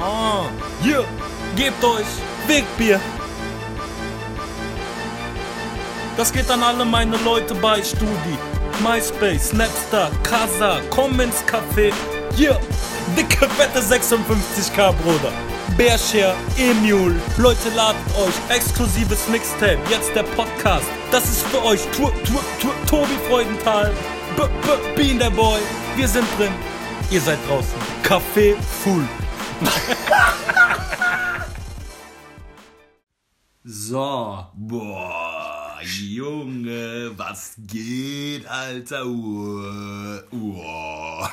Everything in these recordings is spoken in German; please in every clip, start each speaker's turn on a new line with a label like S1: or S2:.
S1: Ah, hier, gebt euch Wegbier. Das geht an alle meine Leute bei Studi. MySpace, Napster, Casa, komm ins Café. Hier, dicke, fette 56k, Bruder. Bearshare, Emule, Leute ladet euch, exklusives Mixtape, jetzt der Podcast. Das ist für euch tu, tu, tu, Tobi Freudenthal, B, B, Bean der Boy, wir sind drin, ihr seid draußen. Café Full.
S2: So. Boah, Junge, was geht, Alter? Uah, uah.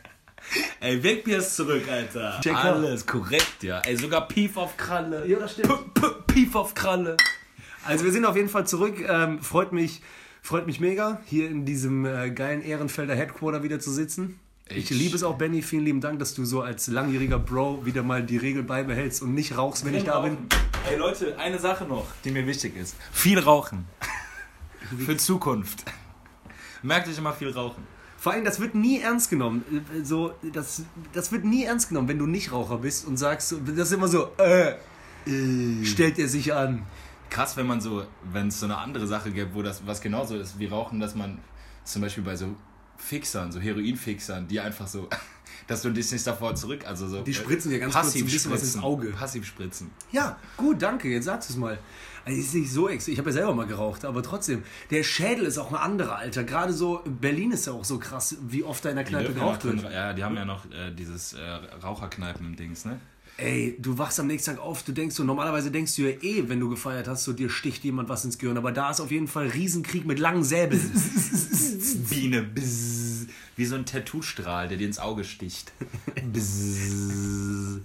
S2: Ey, Wegbier ist zurück, Alter.
S1: Checker.
S2: Alles korrekt, ja. Ey, sogar Pief auf Kralle.
S3: Ja, das stimmt.
S2: P -p Pief auf Kralle.
S3: Also wir sind auf jeden Fall zurück. Ähm, freut mich, freut mich mega, hier in diesem äh, geilen Ehrenfelder Headquarter wieder zu sitzen. Ich,
S2: Ich-
S3: liebe es auch, Benny. Vielen lieben Dank, dass du so als langjähriger Bro wieder mal die Regel beibehältst und nicht rauchst, wenn ich da bin.
S1: Ey Leute, eine Sache noch, die mir wichtig ist. Viel rauchen. Für Zukunft. Merkt euch immer viel rauchen.
S3: Vor allem, das wird nie ernst genommen. Äh, So, das, das wird nie ernst genommen, wenn du nicht Raucher bist und sagst, so- das ist immer so, äh, stellt er sich an.
S2: Krass, wenn man so, wenn es so eine andere Sache gäbe, wo das was genauso ist wie Rauchen, dass man zum Beispiel bei so Fixern, so Heroinfixern, die einfach so, dass du dich nicht davor zurück, also so.
S3: Die spritzen dir ganz kurz
S2: passiv
S3: ein bisschen was ins
S2: spritzen.
S3: Auge.
S2: Passiv spritzen.
S3: Ja, gut, danke, jetzt sagst du es mal. Also, es ist nicht so extrem. Ich habe ja selber mal geraucht, aber trotzdem. Der Schädel ist auch ein anderer, Alter. Gerade so, Berlin ist ja auch so krass, wie oft da in der Kneipe
S2: dürfen ja noch
S3: geraucht
S2: drin,
S3: wird.
S2: ja, die haben ja noch äh, dieses äh, Raucherkneipen-Dings, ne?
S3: Ey, du wachst am nächsten Tag auf, du denkst so, normalerweise denkst du ja eh, wenn du gefeiert hast, so dir sticht jemand was ins Gehirn. Aber da ist auf jeden Fall Riesenkrieg mit langen Säbeln.
S2: Biene, bzzz, wie so ein Tattoo-Strahl, der dir ins Auge sticht. Bzzz.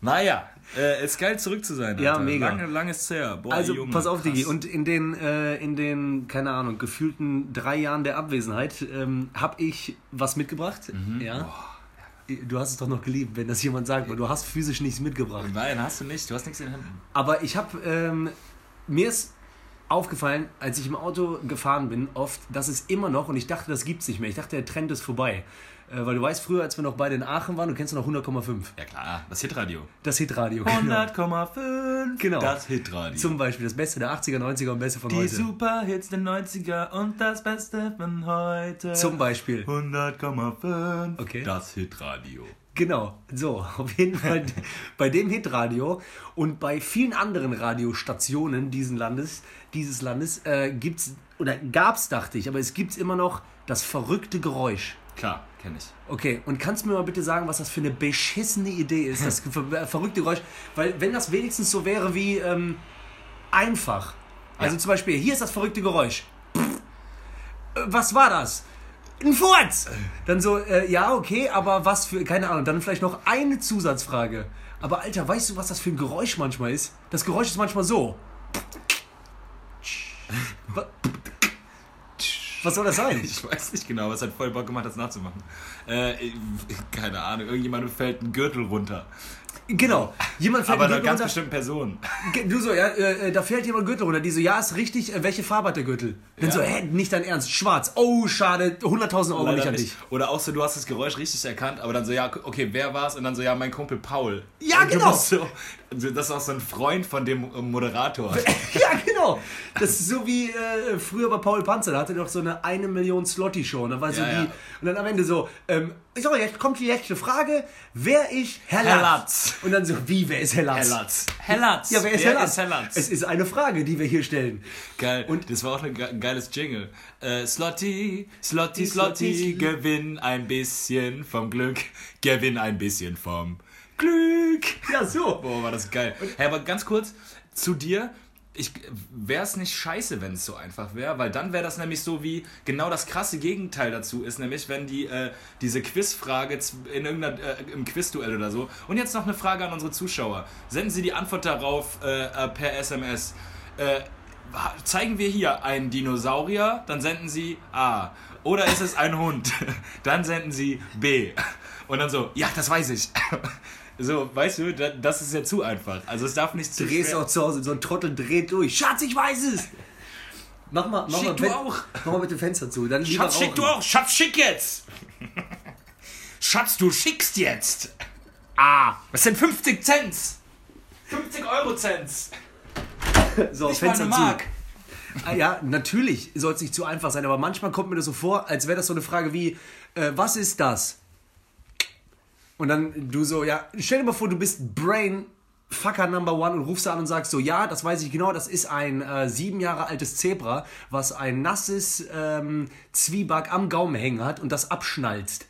S2: naja, äh, ist geil zurück zu sein.
S3: Ja, mega.
S2: Lange, lange ist her. Boah,
S3: Also,
S2: Junge,
S3: pass auf,
S2: krass.
S3: Digi. Und in den, äh, in den, keine Ahnung, gefühlten drei Jahren der Abwesenheit ähm, habe ich was mitgebracht.
S2: Mhm.
S3: Ja. Du hast es doch noch geliebt, wenn das jemand sagt, weil du hast physisch nichts mitgebracht.
S2: Nein, hast du nicht. Du hast nichts in den Händen.
S3: Aber ich habe, ähm, mir ist aufgefallen, als ich im Auto gefahren bin, oft, dass es immer noch, und ich dachte, das gibt's nicht mehr. Ich dachte, der Trend ist vorbei. Äh, weil du weißt, früher, als wir noch beide in Aachen waren, du kennst ja noch 100,5.
S2: Ja, klar. Das Hitradio.
S3: Das Hitradio. genau.
S2: 100,5.
S3: Genau.
S2: Das Hitradio.
S3: Zum Beispiel das Beste der 80er, 90er und Beste von
S2: die
S3: heute.
S2: Superhits der 90er und das Beste von heute.
S3: Zum Beispiel.
S2: 100,5.
S3: Okay.
S2: Das Hitradio.
S3: Genau, so, auf jeden Fall bei dem Hitradio und bei vielen anderen Radiostationen diesen Landes, dieses Landes äh, gibt's, oder gab's, dachte ich, aber es gibt's immer noch das verrückte Geräusch.
S2: Klar, kenne ich.
S3: Okay, und kannst du mir mal bitte sagen, was das für eine beschissene Idee ist, das ver äh, verrückte Geräusch? Weil, wenn das wenigstens so wäre wie ähm, einfach. Also
S2: Ja.
S3: zum Beispiel, hier ist das verrückte Geräusch. Pff. Äh, Was war das? Ein Furz! Dann so, äh, ja, okay, aber was für, keine Ahnung, dann vielleicht noch eine Zusatzfrage. Aber Alter, weißt du, was das für ein Geräusch manchmal ist? Das Geräusch ist manchmal so. Wa- Was soll das sein?
S2: Ich weiß nicht genau, aber es hat voll Bock gemacht, das nachzumachen. Äh, keine Ahnung, irgendjemandem fällt ein Gürtel runter.
S3: Genau. Jemand fällt
S2: aber
S3: einen
S2: einer
S3: Gürtel
S2: ganz
S3: runter.
S2: bestimmten Person.
S3: Ge- Du so, ja, äh, äh, da fällt jemand Gürtel runter. Die so, ja, ist richtig. Äh, welche Farbe hat der Gürtel? Dann
S2: Ja.
S3: so, hä, nicht dein Ernst. Schwarz. Oh, schade. 100.000 Euro
S2: Leider
S3: nicht an
S2: nicht.
S3: dich.
S2: Oder auch so, du hast das Geräusch richtig erkannt, aber dann so, ja, okay, wer war's? Und dann so, ja, mein Kumpel Paul.
S3: Ja,
S2: und du
S3: genau.
S2: bist So, das ist auch so ein Freund von dem äh, Moderator.
S3: ja, genau. Das ist so wie äh, früher bei Paul Panzer. Da hatte er doch so eine eine Million Slotty-Show. Und, dann war so
S2: Ja, ja.
S3: die- und dann am Ende so, ähm, so, jetzt kommt die letzte Frage. Wer ist Herr,
S2: Herr
S3: Latz?
S2: Latz.
S3: Und dann so, wie, wer ist Herr Latz?
S2: Hellatz. Hellatz.
S3: Ja, wer ist Herr Latz? Es ist eine Frage, die wir hier stellen.
S2: Geil. Und
S3: Und-
S2: das war auch ein ge- ein geiles Jingle. Äh, Slotty, Slotty,
S3: Die Slotty,
S2: Slotty,
S3: Sl-
S2: gewinn ein bisschen vom Glück. Gewinn ein bisschen vom Glück.
S3: Ja, so.
S2: Boah, war das geil. Hey, aber ganz kurz zu dir. Ich wäre es nicht scheiße, wenn es so einfach wäre, weil dann wäre das nämlich so wie genau das krasse Gegenteil dazu ist, nämlich wenn die äh, diese Quizfrage z- in irgendeiner äh, im Quizduell oder so. Und jetzt noch eine Frage an unsere Zuschauer. Senden Sie die Antwort darauf äh, äh, per SMS. Äh, ha- zeigen wir hier einen Dinosaurier, dann senden Sie A. Oder ist es ein Hund? Dann senden Sie B. Und dann so, ja, das weiß ich. So, weißt du, da, das ist ja zu einfach. Also es darf nicht zu
S3: drehst
S2: schwer.
S3: auch zu Hause, so ein Trottel dreht durch. Schatz, ich weiß es! Mach mal, mach
S2: Schick
S3: mal,
S2: du
S3: Fen-
S2: auch.
S3: mach mal bitte Fenster zu. Dann lieber
S2: Schatz, schick
S3: rauchen.
S2: du auch. Schatz, schick jetzt. Schatz, du schickst jetzt.
S3: Ah.
S2: Was sind 50 Cent? 50 Euro Cent.
S3: So,
S2: Nicht mal eine Mark.
S3: Ah, ja, natürlich soll es nicht zu einfach sein, aber manchmal kommt mir das so vor, als wäre das so eine Frage wie, äh, was ist das? Und dann du so, ja, stell dir mal vor, du bist Brain Fucker Number One und rufst da an und sagst so, ja, das weiß ich genau, das ist ein äh, sieben Jahre altes Zebra, was ein nasses ähm, Zwieback am Gaumen hängen hat und das abschnallst.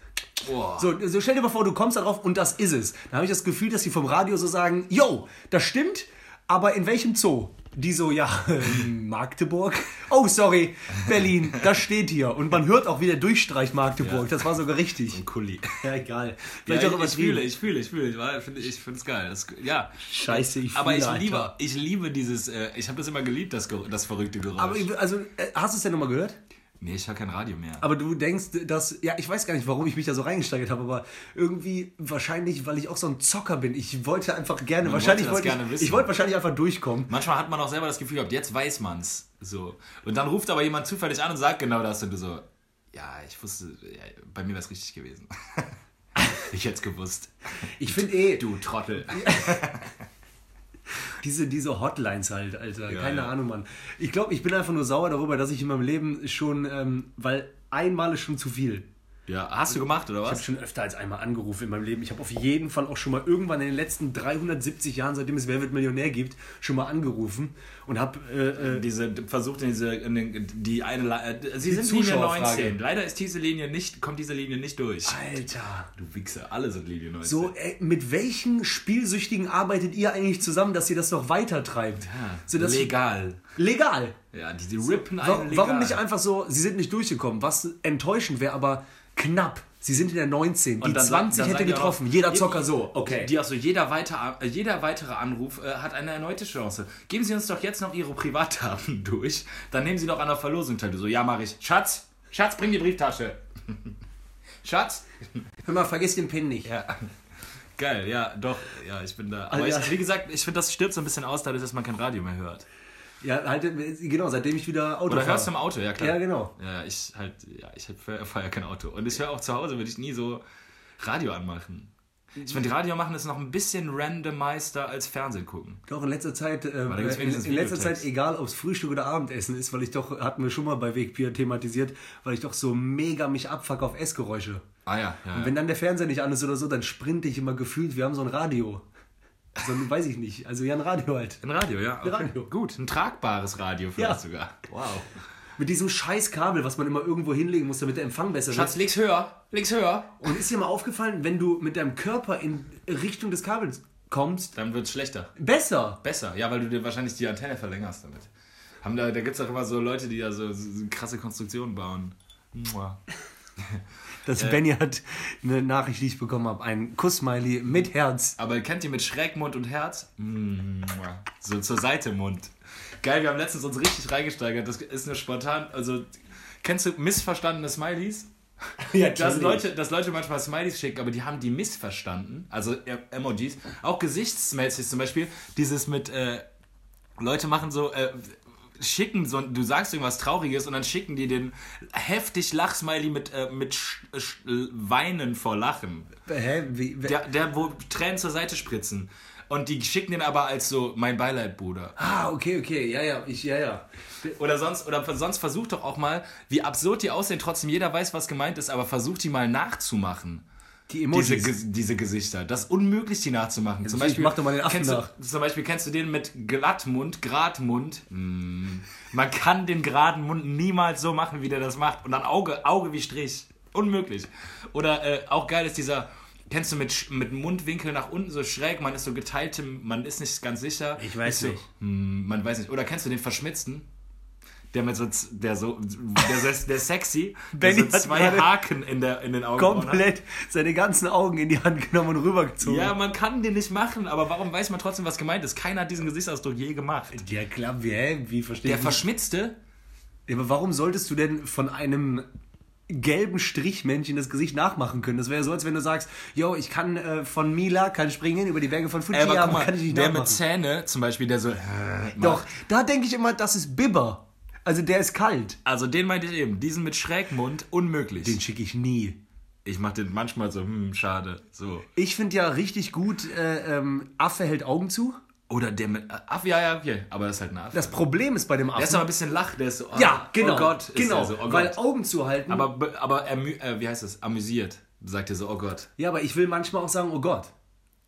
S2: Boah.
S3: So, so stell dir mal vor, du kommst da drauf und das ist es. Da habe ich das Gefühl, dass die vom Radio so sagen, yo, das stimmt, aber in welchem Zoo? Die so, ja, Magdeburg. Oh, sorry, Berlin, das steht hier. Und man hört auch wieder Durchstreich Magdeburg. Das war sogar richtig.
S2: Kuli.
S3: Ja, egal.
S2: Ja,
S3: Vielleicht
S2: ich,
S3: auch
S2: ich fühle,
S3: übertrieben.
S2: ich fühle, ich fühle. Ich war- finde- Ich finde es geil. Das, ja.
S3: Scheiße, ich
S2: Aber ich
S3: fühle,
S2: liebe,
S3: Alter.
S2: ich liebe dieses, äh, ich habe das immer geliebt, das, Geräusch- das verrückte Geräusch.
S3: Aber ich- also, äh, hast du es denn nochmal gehört?
S2: nee, ich höre kein Radio mehr.
S3: Aber du denkst, dass, ja, ich weiß gar nicht, warum ich mich da so reingesteigert habe, aber irgendwie wahrscheinlich, weil ich auch so ein Zocker bin. Ich wollte einfach gerne, wahrscheinlich
S2: das
S3: wollte
S2: gerne
S3: ich,
S2: wissen.
S3: ich wollte wahrscheinlich einfach durchkommen.
S2: Manchmal hat man auch selber das Gefühl gehabt, jetzt weiß man's. So. Und dann ruft aber jemand zufällig an und sagt genau das und du so, ja, ich wusste, ja, bei mir wäre es richtig gewesen. ich hätte es gewusst.
S3: Ich finde eh,
S2: Du Trottel.
S3: Diese, diese Hotlines halt, Alter.
S2: Ja,
S3: Keine
S2: ja.
S3: Ahnung, Mann. Ich glaube, ich bin einfach nur sauer darüber, dass ich in meinem Leben schon, ähm, weil einmal ist schon zu viel.
S2: Ja, hast du gemacht oder
S3: Ich habe
S2: was?
S3: schon öfter als einmal angerufen in meinem Leben. Ich habe auf jeden Fall auch schon mal irgendwann in den letzten 370 Jahren, seitdem es Wer wird Millionär gibt, schon mal angerufen und habe äh, äh,
S2: Diese versucht in diese in den, die eine Li- äh, Sie sind Linie
S3: Zuschauerfrage.
S2: 19. Leider ist diese Linie nicht kommt diese Linie nicht durch.
S3: Alter.
S2: Du Wichser, alle sind Linie 19.
S3: So, ey, mit welchen Spielsüchtigen arbeitet ihr eigentlich zusammen, dass ihr das noch weitertreibt?
S2: ja,
S3: So, dass-
S2: legal.
S3: legal.
S2: Ja, die, die rippen
S3: Wa-
S2: einen legal.
S3: Warum nicht einfach so, sie sind nicht durchgekommen, was enttäuschend wäre, aber knapp. Sie sind in der 19, die
S2: Und dann sa-
S3: 20
S2: dann
S3: hätte
S2: sagen die auch
S3: getroffen,
S2: noch,
S3: jeder
S2: je-
S3: Zocker so. Okay.
S2: Die auch so, jeder, weiter, äh, jeder weitere Anruf äh, hat eine erneute Chance. Geben Sie uns doch jetzt noch Ihre Privatdaten durch, dann nehmen Sie doch an der Verlosung teil. Du so, ja, mache ich. Schatz, Schatz, bring die Brieftasche. Schatz?
S3: Hör mal, vergiss den Pin nicht.
S2: Ja. Geil, ja, doch, Also, ja, ich bin da. Aber
S3: Alter.
S2: ich, wie gesagt, ich finde, das stirbt so ein bisschen aus, dadurch, dass man kein Radio mehr hört.
S3: Ja, halt, genau, seitdem ich wieder Auto
S2: Oder
S3: fahre.
S2: hörst du im Auto, ja klar.
S3: Ja, genau.
S2: Ja, ich halt, ja, ich fahre ja kein Auto. Und ich höre auch zu Hause, würde ich nie so Radio anmachen. Ich finde, Radio machen ist noch ein bisschen randomizer als Fernsehen gucken.
S3: Doch, in letzter Zeit, ähm,
S2: da gibt's
S3: in,
S2: wenigstens
S3: in letzter
S2: Videotext.
S3: Zeit, egal ob es Frühstück oder Abendessen ist, weil ich doch, hatten wir schon mal bei Wegbier thematisiert, weil ich doch so mega mich abfuck auf Essgeräusche.
S2: Ah ja, ja. ja.
S3: Wenn dann der Fernseher nicht an ist oder so, dann sprinte ich immer gefühlt, wir haben so ein Radio. So ein, weiß ich nicht, also ja ein Radio halt.
S2: Ein Radio, ja. Okay.
S3: Radio.
S2: Gut, ein tragbares Radio vielleicht
S3: Ja.
S2: sogar. Wow.
S3: Mit diesem scheiß Kabel, was man immer irgendwo hinlegen muss, damit der Empfang besser wird.
S2: Schatz, leg's höher, leg's höher.
S3: Und ist dir mal aufgefallen, wenn du mit deinem Körper in Richtung des Kabels kommst,
S2: Dann wird's schlechter.
S3: besser.
S2: Besser, ja, weil du dir wahrscheinlich die Antenne verlängerst damit. Haben da, da gibt's auch immer so Leute, die da so, so, so krasse Konstruktionen bauen. Mua.
S3: Das Benny hat eine Nachricht, die ich bekommen habe. Ein Kuss-Smiley mit Herz.
S2: Aber kennt ihr mit Schrägmund und Herz? Mua. So zur Seite Mund. Geil, wir haben letztens uns richtig reingesteigert. Das ist nur spontan. Also, kennst du missverstandene Smileys?
S3: Ja,
S2: dass Leute, dass Leute manchmal Smileys schicken, aber die haben die missverstanden. Also e- Emojis. Auch gesichtsmäßig zum Beispiel. Dieses mit, äh, Leute machen so, äh, schicken so, du sagst irgendwas Trauriges und dann schicken die den heftig Lachsmiley mit, äh, mit Sch Sch Weinen vor Lachen.
S3: Hä? Wie, wer-
S2: Der, der, wo Tränen zur Seite spritzen. Und die schicken den aber als so, mein Beileid, Bruder.
S3: Ah, okay, okay. Ja, ja, ich, ja, ja.
S2: Oder sonst, oder sonst versucht doch auch mal, wie absurd die aussehen, trotzdem jeder weiß, was gemeint ist, aber versucht die mal nachzumachen.
S3: Die
S2: diese,
S3: Emojis.
S2: Ge- diese Gesichter. Das ist unmöglich, die nachzumachen. Zum
S3: ich
S2: Beispiel,
S3: mach doch mal den Affen
S2: kennst du,
S3: nach.
S2: Zum Beispiel kennst du den mit Glattmund, Gradmund. Mm. Man kann den geraden Mund niemals so machen, wie der das macht. Und dann Auge, Auge wie Strich. Unmöglich. Oder äh, auch geil ist dieser. Kennst du mit, Sch- mit Mundwinkel nach unten so schräg, man ist so geteilte, man ist nicht ganz sicher.
S3: Ich weiß
S2: Ist so,
S3: nicht.
S2: Hm, man weiß nicht. Oder kennst du den Verschmitzten? Der mit so, z- der so, der, so, der sexy, der so
S3: Benny hat
S2: zwei
S3: gerade
S2: Haken in, der, in den Augen hat.
S3: Komplett seine ganzen Augen in die Hand genommen und rübergezogen.
S2: Ja, man kann den nicht machen, aber warum weiß man trotzdem, was gemeint ist? Keiner hat diesen Gesichtsausdruck je gemacht.
S3: Ja, klar, wie, hä? Wie verstehe
S2: Der
S3: ich nicht?
S2: Verschmitzte?
S3: Ja, Aber warum solltest du denn von einem gelben Strichmännchen das Gesicht nachmachen können? Das wäre so, als wenn du sagst, yo, ich kann äh, von Mila, kann springen über die Berge von Fuji,
S2: Ey, aber
S3: aber
S2: guck mal,
S3: kann ich nicht
S2: der mit
S3: nachmachen.
S2: Zähne zum Beispiel, der so. äh, macht.
S3: Doch, da denke ich immer, das ist Bibber. Also der ist kalt.
S2: Also den meinte ich eben. Diesen mit Schrägmund, unmöglich.
S3: Den schicke ich nie.
S2: Ich mache den manchmal so, hm, schade. So.
S3: Ich finde ja richtig gut, äh, ähm, Affe hält Augen zu.
S2: Oder der mit. äh, Affe, ja, ja, okay. Aber das ist halt ein Affe.
S3: Das Problem ist bei dem
S2: der ist
S3: Affen.
S2: aber ein bisschen lach, der ist so. Oh,
S3: Ja, genau.
S2: Oh Gott, ist
S3: genau.
S2: der so, oh Gott.
S3: Weil Augen zu halten.
S2: aber, be- aber ermü- äh, wie heißt das? Amüsiert. Sagt er so, oh Gott.
S3: ja, aber ich will manchmal auch sagen, oh Gott.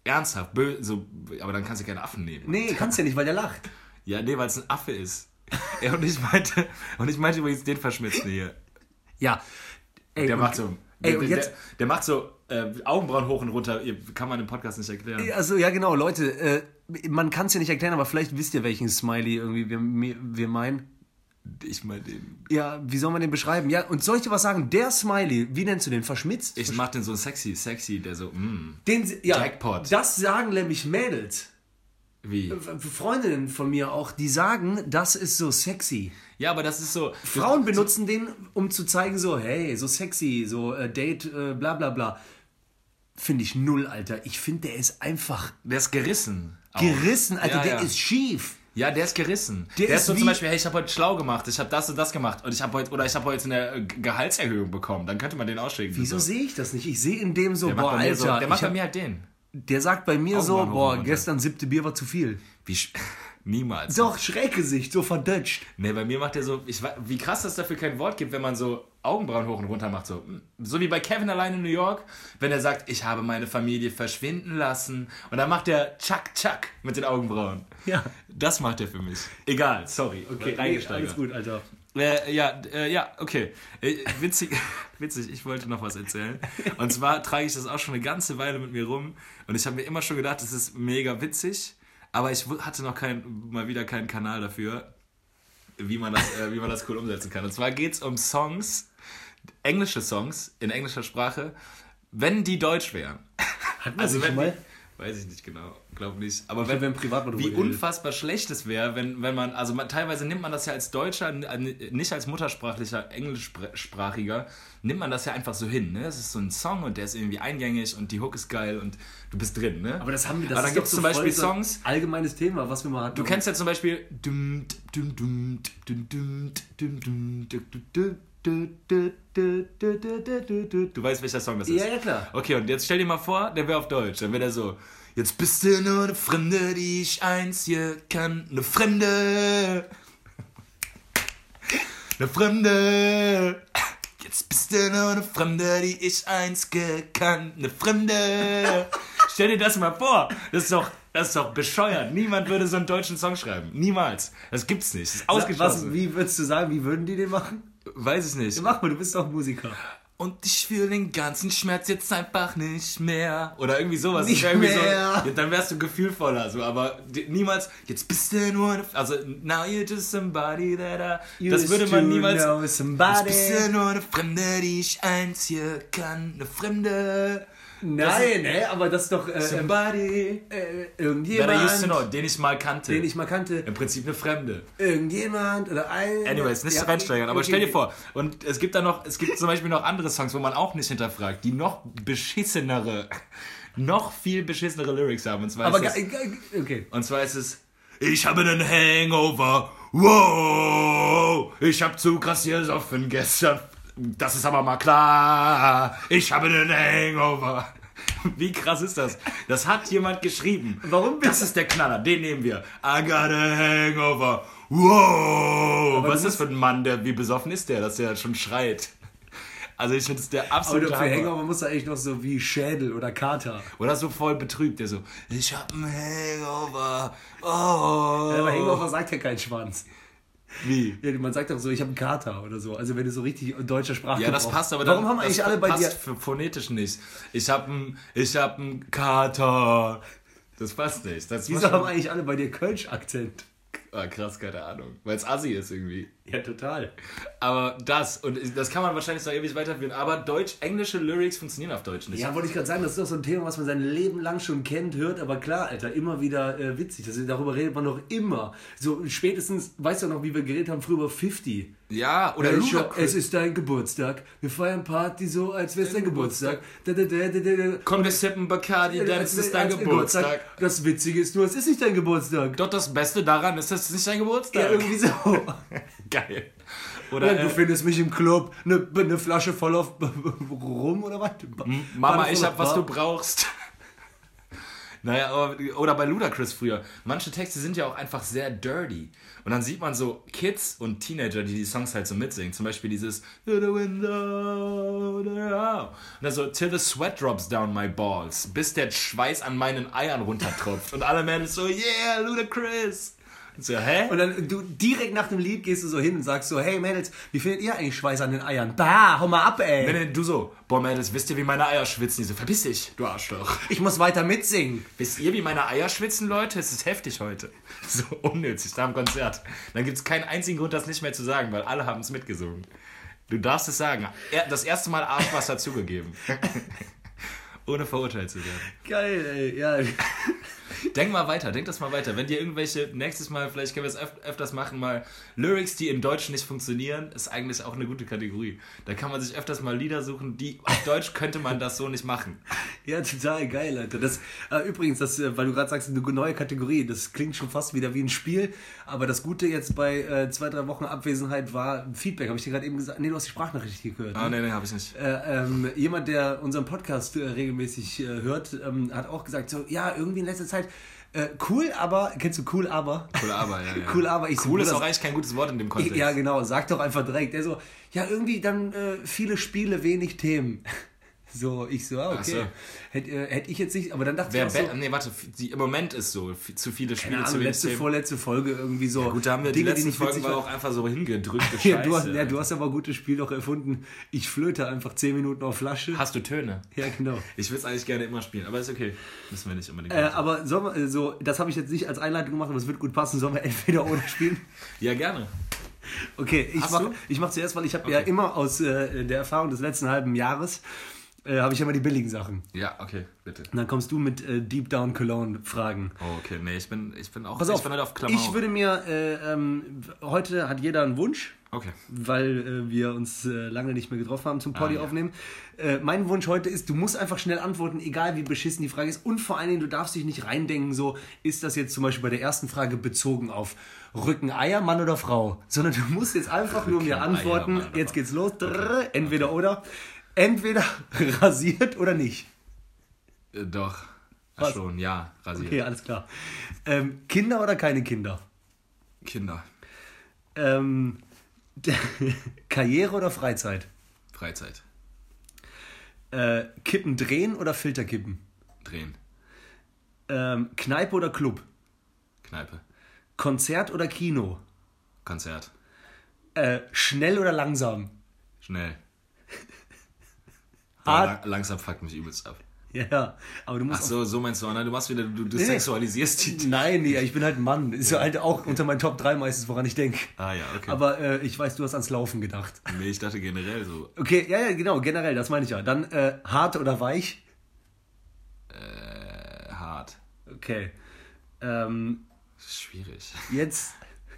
S2: Ernsthaft, bö so, aber dann kannst du keinen Affen nehmen.
S3: Nee, kannst ja nicht, weil der lacht.
S2: Ja, nee, weil es ein Affe ist. Ja, und ich meinte, und ich meinte übrigens den Verschmitzten hier.
S3: Ja. Ey,
S2: Der
S3: und-
S2: macht so,
S3: Ey,
S2: der,
S3: und jetzt,
S2: der, der macht so äh, Augenbrauen hoch und runter. Ihr- Kann man im Podcast nicht erklären.
S3: also ja genau, Leute, äh, man kann es ja nicht erklären, aber vielleicht wisst ihr, welchen Smiley irgendwie wir, mir- wir meinen.
S2: Ich meine den.
S3: Ja, wie soll man den beschreiben? Ja, und soll ich dir was sagen? Der Smiley, wie nennst du den? Verschmitzt?
S2: Ich mach den so sexy, sexy, der so, mm,
S3: den, ja,
S2: Jackpot.
S3: Das sagen nämlich Mädels.
S2: wie.
S3: Äh, Freundinnen von mir auch, die sagen, das ist so sexy.
S2: Ja, aber das ist so.
S3: Frauen benutzen den, um zu zeigen, so, hey, so sexy, so äh, Date, äh, bla bla bla. Finde ich null, Alter. Ich finde, der ist einfach
S2: Der ist gerissen. auch.
S3: gerissen, Alter.
S2: Ja,
S3: der
S2: ja.
S3: ist schief.
S2: Ja, der ist gerissen.
S3: Der
S2: Der,
S3: ist
S2: ist so
S3: wie-
S2: zum Beispiel, hey, ich habe heute schlau gemacht, ich habe das und das gemacht und ich habe heute oder ich habe heute eine äh, Gehaltserhöhung bekommen. Dann könnte man den ausschicken.
S3: Wieso sehe ich das nicht? Ich sehe in dem so,
S2: Der macht
S3: boah,
S2: bei mir
S3: Alter.
S2: so, der
S3: ich
S2: macht bei
S3: hab-
S2: mir halt den.
S3: der sagt bei mir so,
S2: Augenbrauen
S3: boah,
S2: hoch, Alter.
S3: gestern siebte Bier war zu viel.
S2: Wie sch- niemals.
S3: Doch, Schreckgesicht, so verdutscht.
S2: Nee, bei mir macht er so, ich, wei- wie krass, dass dafür kein Wort gibt, wenn man so Augenbrauen hoch und runter macht. So, mm. so wie bei Kevin allein in New York, wenn er sagt, ich habe meine Familie verschwinden lassen. Und dann macht er Chuck Chuck mit den Augenbrauen.
S3: Ja.
S2: Das macht er für mich. Egal, sorry.
S3: alles gut, Alter.
S2: Äh, ja, d- äh, ja, okay. Äh, witzig, witzig, ich wollte noch was erzählen. Und zwar trage ich das auch schon eine ganze Weile mit mir rum. Und ich habe mir immer schon gedacht, das ist mega witzig. Aber ich wu- hatte noch kein, mal wieder keinen Kanal dafür, wie man das, äh, wie man das cool umsetzen kann. Und zwar geht's um Songs, englische Songs in englischer Sprache, wenn die deutsch wären.
S3: Hatten wir also,
S2: wenn
S3: schon mal?
S2: Die, weiß ich nicht genau, glaube nicht. Aber
S3: glaub,
S2: wenn,
S3: wir haben privat mal drüber
S2: wie
S3: geredet.
S2: unfassbar schlecht es wäre, wenn, wenn man, also man, teilweise nimmt man das ja als Deutscher, n- äh, nicht als muttersprachlicher Englischsprachiger, nimmt man das ja einfach so hin. Ne? Es ist so ein Song und der ist irgendwie eingängig und die Hook ist geil und du bist drin. Ne?
S3: Aber das haben wir, das
S2: Aber dann
S3: ist doch
S2: gibt's
S3: so
S2: zum Beispiel
S3: voll so ein
S2: Songs.
S3: Allgemeines Thema, was wir mal hatten.
S2: Du kennst ja zum Beispiel. dum, dum, dum, dum, dum, dum, dum, dum, dum, dum, dum, dum, dum, dum, dum, dum. Du weißt, welcher Song das ist.
S3: Ja, ja, klar.
S2: Okay, und jetzt stell dir mal vor, der wäre auf Deutsch. Dann wäre der so. Jetzt bist du nur eine Fremde, die ich eins hier kann. Eine Fremde. Eine Fremde. Jetzt bist du nur eine Fremde, die ich eins gekannt. Eine Fremde. Stell dir das mal vor. Das ist doch, das ist doch bescheuert. Niemand würde so einen deutschen Song schreiben. Niemals. Das gibt's nicht. Das ist
S3: was,
S2: ausgeschlossen.
S3: wie würdest du sagen, wie würden die den machen?
S2: Weiß ich nicht.
S3: Mach mal, du bist doch Musiker.
S2: Und ich fühle den ganzen Schmerz jetzt einfach nicht mehr. Oder irgendwie sowas.
S3: Nicht
S2: Das wär irgendwie
S3: mehr.
S2: So, ja, dann wärst du gefühlvoller, so, aber di- niemals, jetzt bist du nur, eine- also, now you're just somebody that I, das
S3: Used
S2: würde man
S3: to
S2: niemals,
S3: know
S2: jetzt
S3: somebody.
S2: bist du nur eine Fremde, die ich eins hier kann, eine Fremde,
S3: Nein, hä, aber das ist doch äh,
S2: somebody,
S3: äh,
S2: that I used to know,
S3: irgendjemand,
S2: den ich mal kannte.
S3: den ich mal kannte.
S2: Im Prinzip eine Fremde.
S3: Irgendjemand oder ein...
S2: Anyways, nicht
S3: Ja,
S2: reinsteigern, aber
S3: okay.
S2: stell dir vor, und es gibt da noch, es gibt zum Beispiel noch andere Songs, wo man auch nicht hinterfragt, die noch beschissenere, noch viel beschissenere Lyrics haben. Und zwar,
S3: Aber
S2: ist,
S3: ge-
S2: es,
S3: ge- okay.
S2: und zwar ist es, ich habe einen Hangover, wow, ich habe zu krass gesoffen gestern, das ist aber mal klar, ich habe einen Hangover. Wie krass ist das? Das hat jemand geschrieben.
S3: Warum
S2: Das ist der Knaller, den nehmen wir. I got a hangover. Wow! Was ist das für ein Mann, der, wie besoffen ist der, dass der schon schreit? Also ich finde, das ist der
S3: Aber
S2: absolute
S3: für
S2: Hammer.
S3: Hangover muss da eigentlich noch so wie Schädel oder Kater.
S2: Oder so voll betrübt, der so, ich hab einen Hangover. Oh.
S3: Aber Hangover sagt ja kein Schwanz.
S2: Wie?
S3: Ja, man sagt doch so, ich habe einen Kater oder so. Also wenn du so richtig in deutscher Sprache
S2: Ja, das passt aber dann,
S3: Warum haben eigentlich
S2: das
S3: alle bei
S2: passt
S3: dir...
S2: Für phonetisch nicht. Ich hab einen, ich hab einen Kater. Das passt nicht. Das muss
S3: Wieso haben eigentlich alle bei dir Kölsch-Akzent?
S2: ah, krass, keine Ahnung. Weil es Assi ist irgendwie.
S3: Ja, total.
S2: Aber das, und das kann man wahrscheinlich noch ewig weiterführen, aber Deutsch, englische Lyrics funktionieren auf Deutsch nicht.
S3: Ja, wollte ich gerade sagen, das ist doch so ein Thema, was man sein Leben lang schon kennt, hört, aber klar, Alter, immer wieder äh, witzig. Also, darüber redet man noch immer. So spätestens, weißt du noch, wie wir geredet haben, früher über 50.
S2: Ja, oder
S3: Äh, Scha-
S2: Ludacris.
S3: es ist dein Geburtstag. Wir feiern Party so, als wäre es dein Geburtstag. Da, da, da, da, da, da.
S2: Komm, wir sippen Bacardi, denn
S3: Genau, Als-
S2: es ist dein
S3: als
S2: Geburtstag.
S3: Das Witzige ist nur, es ist nicht dein Geburtstag.
S2: Doch das Beste daran ist, es ist nicht dein Geburtstag.
S3: Ja, irgendwie so.
S2: Geil.
S3: Ja,
S2: Oder
S3: du
S2: äh,
S3: findest mich im Club, eine ne Flasche voll auf rum oder was?
S2: Hm, Mama, ich hab, was du brauchst. Naja, aber, oder bei Ludacris früher. Manche Texte sind ja auch einfach sehr dirty. Und dann sieht man so Kids und Teenager, die die Songs halt so mitsingen. Zum Beispiel dieses "To the window, they're out." Und dann so Till the sweat drops down my balls. Bis der Schweiß an meinen Eiern runtertropft. Und alle Mädels so, yeah, Ludacris. Und so, hä?
S3: Und dann du direkt nach dem Lied gehst du so hin und sagst so, hey Mädels, wie findet ihr eigentlich Schweiß an den Eiern? Bah, hau mal ab,
S2: Nee,
S3: ey.
S2: nee, du so, boah Mädels, wisst ihr, wie meine Eier schwitzen? Die so, verpiss dich, du Arschloch.
S3: Ich muss weiter mitsingen.
S2: Wisst ihr, wie meine Eier schwitzen, Leute? Es ist heftig heute. So unnützig, da am Konzert. Dann gibt es keinen einzigen Grund, das nicht mehr zu sagen, weil alle haben es mitgesungen. Du darfst es sagen. Er- Das erste Mal Arschwasser zugegeben. Ohne verurteilt zu werden.
S3: Geil, ey, ja.
S2: Denk mal weiter, denk das mal weiter. Wenn dir irgendwelche, nächstes Mal, vielleicht können wir es öf öfters machen, mal Lyrics, die im Deutschen nicht funktionieren, ist eigentlich auch eine gute Kategorie. Da kann man sich öfters mal Lieder suchen, die auf Deutsch könnte man das so nicht machen.
S3: Ja, total geil, Alter. Das, äh, übrigens, das, äh, weil du gerade sagst, eine neue Kategorie, das klingt schon fast wieder wie ein Spiel. Aber das Gute jetzt bei äh, zwei, drei Wochen Abwesenheit war Feedback. Habe ich dir gerade eben gesagt? Nee, du hast die Sprachnachricht nicht gehört.
S2: Ah, nee, nee, hab ich nicht.
S3: Äh, ähm, jemand, der unseren Podcast äh, regelmäßig äh, hört, ähm, hat auch gesagt, so, ja, irgendwie in letzter Zeit, äh, cool, aber, kennst du cool, aber?
S2: Cool, aber, ja, ja.
S3: Cool, aber ich so,
S2: Cool ist
S3: Bruder,
S2: auch eigentlich kein gutes Wort in dem Kontext.
S3: Ja, genau, sag doch einfach direkt. Er so, ja, irgendwie dann äh, viele Spiele, wenig Themen. So, ich so, ah, okay.
S2: Ach so.
S3: Hätte äh, hätt ich jetzt nicht, aber dann dachte
S2: Wer
S3: ich auch
S2: bet-
S3: so,
S2: nee, warte, f- die, im Moment ist so, f- zu viele Spiele,
S3: keine
S2: zu
S3: Ahnung,
S2: wenig
S3: letzte,
S2: Themen.
S3: vorletzte Folge irgendwie so.
S2: Gut, da haben wir
S3: Dinge,
S2: die letzten
S3: nicht
S2: Folgen
S3: witzig
S2: war
S3: waren.
S2: auch einfach so hingedrückte Scheiße.
S3: Ja, du, hast, ja, du hast aber gutes Spiel doch erfunden. Ich flöte einfach 10 Minuten auf Flasche.
S2: Hast du Töne?
S3: ja, genau.
S2: Ich will es eigentlich gerne immer spielen, aber ist okay. Müssen wir nicht unbedingt.
S3: Äh, aber sollen wir, äh, so, das habe ich jetzt nicht als Einleitung gemacht, aber es wird gut passen. Sollen wir entweder oder spielen?
S2: ja, gerne.
S3: Okay, ich
S2: Hast
S3: mach,
S2: du?
S3: ich mach zuerst, weil ich habe
S2: Okay.
S3: ja immer aus äh, der Erfahrung des letzten halben Jahres, äh, habe ich immer die billigen Sachen.
S2: Ja, okay, bitte.
S3: Und dann kommst du mit äh, Deep Down Cologne-Fragen.
S2: Oh, okay, nee, ich bin, ich bin auch
S3: Pass
S2: ich
S3: auf,
S2: bin halt auf Klammer.
S3: ich würde mir, äh, ähm, heute hat jeder einen Wunsch,
S2: okay.
S3: weil äh, wir uns äh, lange nicht mehr getroffen haben zum Poddy
S2: Ah, ja.
S3: aufnehmen. Äh, mein Wunsch heute ist, du musst einfach schnell antworten, egal wie beschissen die Frage ist. Und vor allen Dingen, du darfst dich nicht reindenken, so ist das jetzt zum Beispiel bei der ersten Frage bezogen auf Rücken, Eier, Mann oder Frau. Sondern du musst jetzt einfach nur mir
S2: Eier,
S3: antworten,
S2: Mann oder
S3: jetzt
S2: Frau.
S3: geht's los, Drrr, entweder oder. Entweder rasiert oder nicht.
S2: Äh, doch.
S3: Was?
S2: Ach schon, ja, rasiert.
S3: Okay, alles klar. Ähm, Kinder oder keine Kinder?
S2: Kinder,
S3: Ähm, Karriere oder Freizeit?
S2: Freizeit,
S3: Äh, Kippen drehen oder Filterkippen?
S2: drehen,
S3: Ähm, Kneipe oder Club?
S2: Kneipe,
S3: Konzert oder Kino?
S2: Konzert,
S3: Äh, schnell oder langsam?
S2: schnell.
S3: Ah.
S2: Boah, lang, langsam fuckt mich übelst ab.
S3: Ja, Ja, aber du
S2: Ach
S3: musst.
S2: so, so meinst du, Anna, du machst wieder, du, du
S3: nee.
S2: sexualisierst die.
S3: auch, nein, nee, ich bin halt ein Mann. Ist ja. halt auch unter meinen Top 3 meistens, woran ich denke.
S2: Ah ja, okay.
S3: Aber äh, ich weiß, du hast ans Laufen gedacht.
S2: Nee, ich dachte generell so.
S3: Okay, ja, ja, genau, generell, das meine ich ja. Dann äh, hart oder weich?
S2: Äh, hart.
S3: Okay. Ähm,
S2: Schwierig.
S3: jetzt,